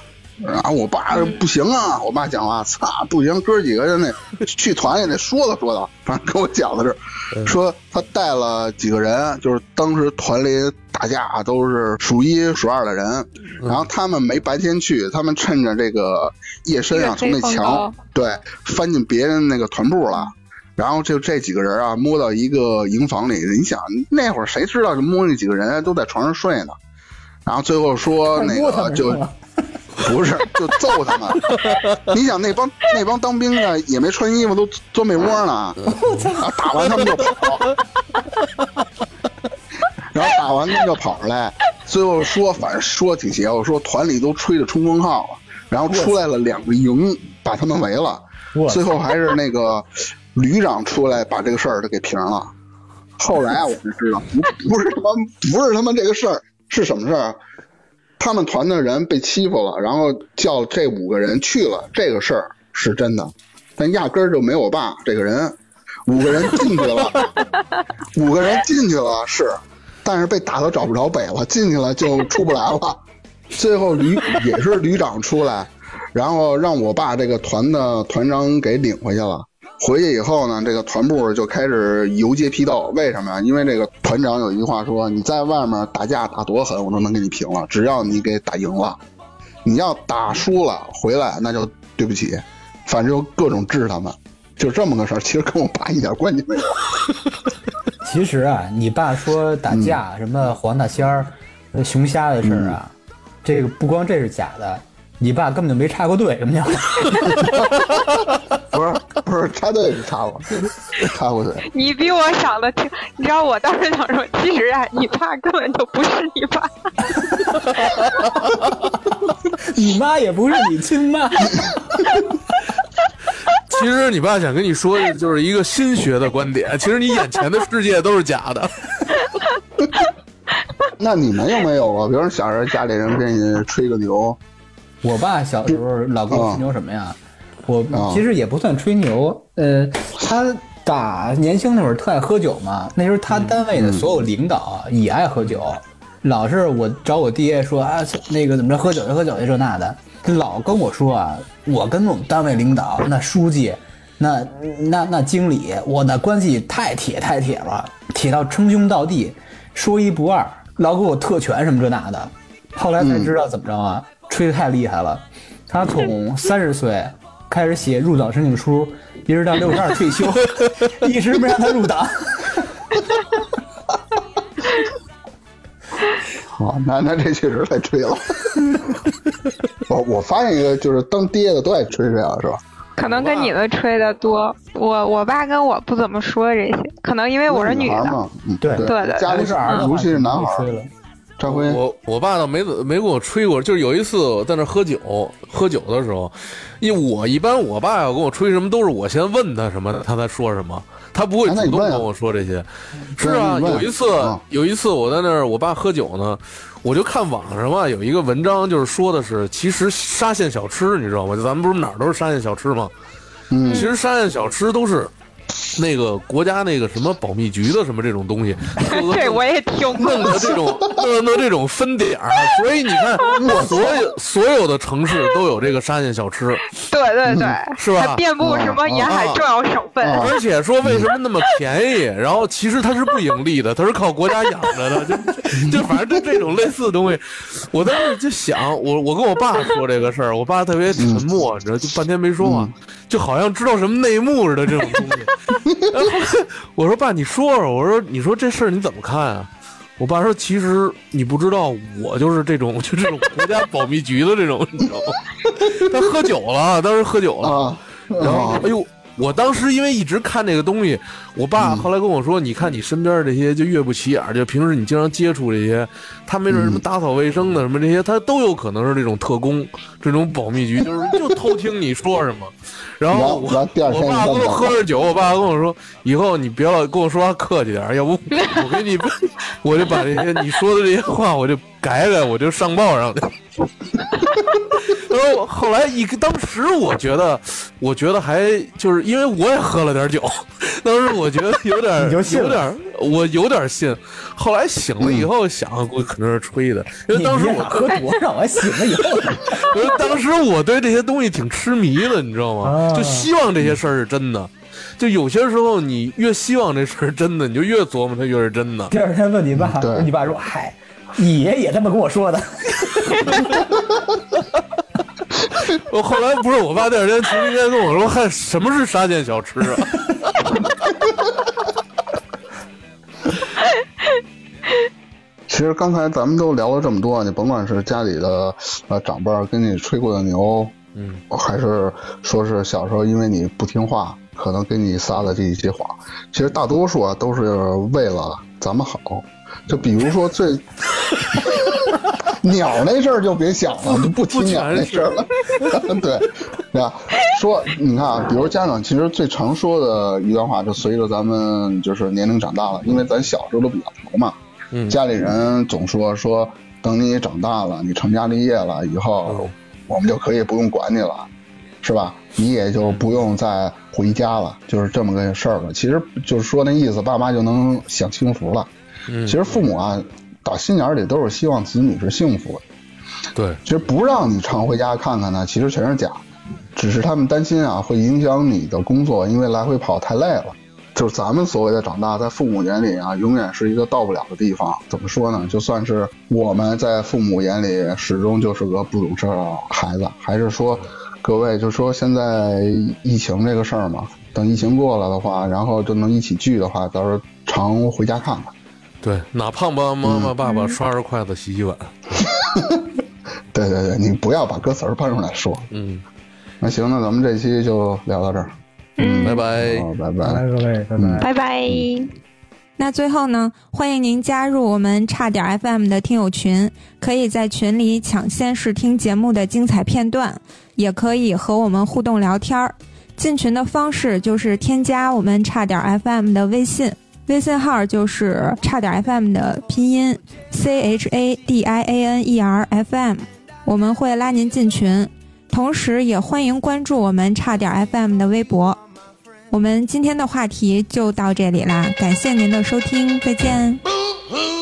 Speaker 2: 然后我爸
Speaker 3: 嗯
Speaker 2: 说不行啊，我爸讲话，操，不行，哥几个人得去团也得说道说道，反正跟我讲的是，说他带了几个人，就是当时团里打架啊都是数一数二的人，然后他们没白天去，他们趁着这个夜深啊，
Speaker 3: 夜
Speaker 2: 从
Speaker 3: 黑
Speaker 2: 那
Speaker 3: 风
Speaker 2: 墙
Speaker 3: 高
Speaker 2: 对翻进别人那个团部了。然后就这几个人啊，摸到一个营房里，你想那会儿谁知道就摸那几个人都在床上睡呢？然后最后说那
Speaker 1: 摸他
Speaker 2: 个
Speaker 1: 们
Speaker 2: 就
Speaker 1: 了
Speaker 2: 不是，就揍他们。你想那帮那帮当兵的也没穿衣服，都钻被窝呢。啊打完他们就跑，然后打完他们就跑出来。最后说，反正说挺邪乎，说团里都吹着冲锋号了，然后出来了两个营，把他们围了。最后还是那个旅长出来把这个事儿给平了。后来我才知道，不不是他妈不是他妈这个事儿，是什么事儿？啊他们团的人被欺负了，然后叫这五个人去了，这个事儿是真的，但压根儿就没我爸这个人。五个人进去了，五个人进去了是，但是被打到找不着北了，进去了就出不来 了。最后旅也是旅长出来，然后让我爸这个团的团长给领回去了。回去以后呢，这个团部就开始游街批斗。为什么呀？因为这个团长有一句话说：“你在外面打架打多狠，我都能给你平了，只要你给打赢了。你要打输了回来，那就对不起。”反正就各种治他们，就这么个事儿。其实跟我爸一点关系没有。
Speaker 1: 其实啊，你爸说打架、
Speaker 2: 嗯
Speaker 1: 什么黄大仙儿、呃熊瞎的事儿啊，这个不光这是假的，你爸根本就没插过队，什么叫？
Speaker 2: 不是 不是，插队是插过，插过队。
Speaker 3: 你比我想的挺，你知道我当时想说，其实啊，你爸根本就不是你爸，
Speaker 1: 你妈也不是你亲妈，
Speaker 4: 其实你爸想跟你说的就是一个新学的观点，其实你眼前的世界都是假的。
Speaker 2: 那你们有没有啊？比 如说小时候家里人给你吹个牛，
Speaker 1: 我爸小时候老跟
Speaker 2: 哦
Speaker 1: 我吹牛什么呀？我
Speaker 2: 啊
Speaker 1: 其实也不算吹牛，呃，他打年轻那会儿特爱喝酒嘛，那时候他单位的所有领导啊也爱喝酒，老是我找我爹说啊，那个怎么着喝酒就喝酒去这那的，老跟我说啊，我跟我们单位领导那书记。那那那经理，我那关系太铁太铁了，铁到称兄道弟，说一不二，老给我特权什么这那的。后来才知道怎么着啊，吹得太厉害了。他从三十岁开始写入党申请书，一直到六十二退 休，一直没让他入党。
Speaker 2: 哦，那那这确实太吹了。 我我发现一个，就是当爹的都爱吹这样，是吧？
Speaker 3: 可能跟你们吹的多。我我爸跟我不怎么说这些，可能因为我是女
Speaker 2: 孩
Speaker 3: 的。
Speaker 2: 嘛，嗯，
Speaker 1: 对
Speaker 3: 对对
Speaker 2: 家里
Speaker 1: 都是儿子，
Speaker 2: 啊尤其是男孩
Speaker 1: 吹
Speaker 2: 儿。
Speaker 1: 了。
Speaker 2: 张辉，
Speaker 4: 我我爸倒没怎没跟我吹过，就是有一次我在那儿喝酒，喝酒的时候，因为我一般我爸要跟我吹什么，都是我先问他什么，他才说什么，他不会
Speaker 2: 啊那
Speaker 4: 主
Speaker 2: 你
Speaker 4: 动
Speaker 2: 问啊
Speaker 4: 跟我说这些。是
Speaker 2: 对啊
Speaker 4: 啊，
Speaker 2: 你问啊
Speaker 4: 有一次
Speaker 2: 啊
Speaker 4: 有一次我在那儿我爸喝酒呢，我就看网上嘛有一个文章，就是说的是其实沙县小吃，你知道吗？就咱们不是哪儿都是沙县小吃吗？
Speaker 2: 嗯
Speaker 4: 其实沙县小吃都是那个国家那个什么保密局的什么这种 东西，
Speaker 3: 这我也听过，
Speaker 4: 弄的这种弄的这种分点儿，所以你看，我所有所有的城市都有这个沙县小吃，
Speaker 3: 对对对，
Speaker 4: 嗯是吧嗯
Speaker 3: 还遍布什么沿海重要省份，
Speaker 2: 啊
Speaker 4: 而且说为什么那么便宜， 然后其实它是不盈利的，它是靠国家养着的，就就反正就这种类似的东西，我当时就想，我我跟我爸说这个事儿，我爸特别沉默，你知道，就半天没说话，就好像知道什么内幕似的这种东西。然后我说爸，你说说，我说你说这事儿你怎么看啊？我爸说，其实你不知道，我就是这种就这种国家保密局的这种，你知道吗？他喝酒了，当时喝酒了，
Speaker 2: 啊，
Speaker 4: 然后哎呦，我当时因为一直看这个东西，我爸嗯后来跟我说，你看你身边这些就越不起眼儿，就平时你经常接触这些，他没准什么打扫卫生的什么这些，他都有可能是这种特工，这种保密局，就是 就偷听你说什么。然后我
Speaker 2: 然后第二天
Speaker 4: 我
Speaker 2: 你
Speaker 4: 爸跟
Speaker 2: 干嘛
Speaker 4: 我喝着酒，我爸跟我说，以后你别老跟我说话客气点儿，要不我 给你，我就把这些你说的这些话我就改改，我就上报上去。然后我后来一当时我觉得，我觉得还就是因为我也喝了点酒，当时我觉得有点
Speaker 1: 你就信了
Speaker 4: 有点我有点信。后来醒了以后想，估计可能是吹的，因为
Speaker 1: 你
Speaker 4: 当时
Speaker 1: 你
Speaker 4: 我
Speaker 1: 俩喝多少啊？醒了以后，
Speaker 4: 因为当时我对这些东西挺痴迷的，你知道吗？
Speaker 1: 啊
Speaker 4: 就希望这些事儿是真的。就有些时候，你越希望这事儿是真的，你就越琢磨它越是真的。
Speaker 1: 第二天问你爸，
Speaker 2: 对
Speaker 1: 你爸说：“嗨，你爷也这么跟我说的。
Speaker 4: 我后来不是我爸第二天前一天跟我说，嗨，什么是沙县小吃啊？
Speaker 2: 其实刚才咱们都聊了这么多，啊你甭管是家里的呃长辈儿跟你吹过的牛，嗯，还是说是小时候因为你不听话，可能给你撒的这一些谎，其实大多数啊都是为了咱们好。就比如说最鸟那事儿就别想了，就不提鸟那事儿了。 对，啊，说你看啊，比如家长其实最常说的一段话，就随着咱们就是年龄长大了，因为咱小时候都比较淘嘛，家里人总说说等你长大了，你成家立业了以后，我们就可以不用管你了。是吧？你也就不用再回家了，就是这么个事儿了。其实就是说那意思，爸妈就能享清福了。
Speaker 4: 嗯
Speaker 2: 其实父母啊，打心眼儿里都是希望子女是幸福的。
Speaker 4: 对，
Speaker 2: 其实不让你常回家看看呢，其实全是假，只是他们担心啊会影响你的工作，因为来回跑太累了。就是咱们所谓的长大，在父母眼里啊，永远是一个到不了的地方。怎么说呢？就算是我们在父母眼里，始终就是个不懂事儿的孩子。还是说，各位就说现在疫情这个事儿嘛，等疫情过了的话，然后就能一起聚的话，到时候常回家看看。
Speaker 4: 对，哪胖爸妈妈爸爸刷着筷子洗洗碗，
Speaker 2: 对对对，你不要把歌词儿搬出来说。
Speaker 4: 嗯，
Speaker 2: 那行，那咱们这期就聊到这儿，
Speaker 4: 嗯拜拜。
Speaker 2: 好，拜拜。
Speaker 6: 拜各位，拜拜。嗯
Speaker 3: 拜拜。
Speaker 7: 那最后呢，欢迎您加入我们差点 FM 的听友群，可以在群里抢先试听节目的精彩片段，也可以和我们互动聊天儿。进群的方式就是添加我们差点 FM 的微信，微信号就是差点 FM 的拼音 C H A D I A N E R F M，我们会拉您进群。同时，也欢迎关注我们差点 FM 的微博。我们今天的话题就到这里啦，感谢您的收听，再见。
Speaker 5: Boo hoo.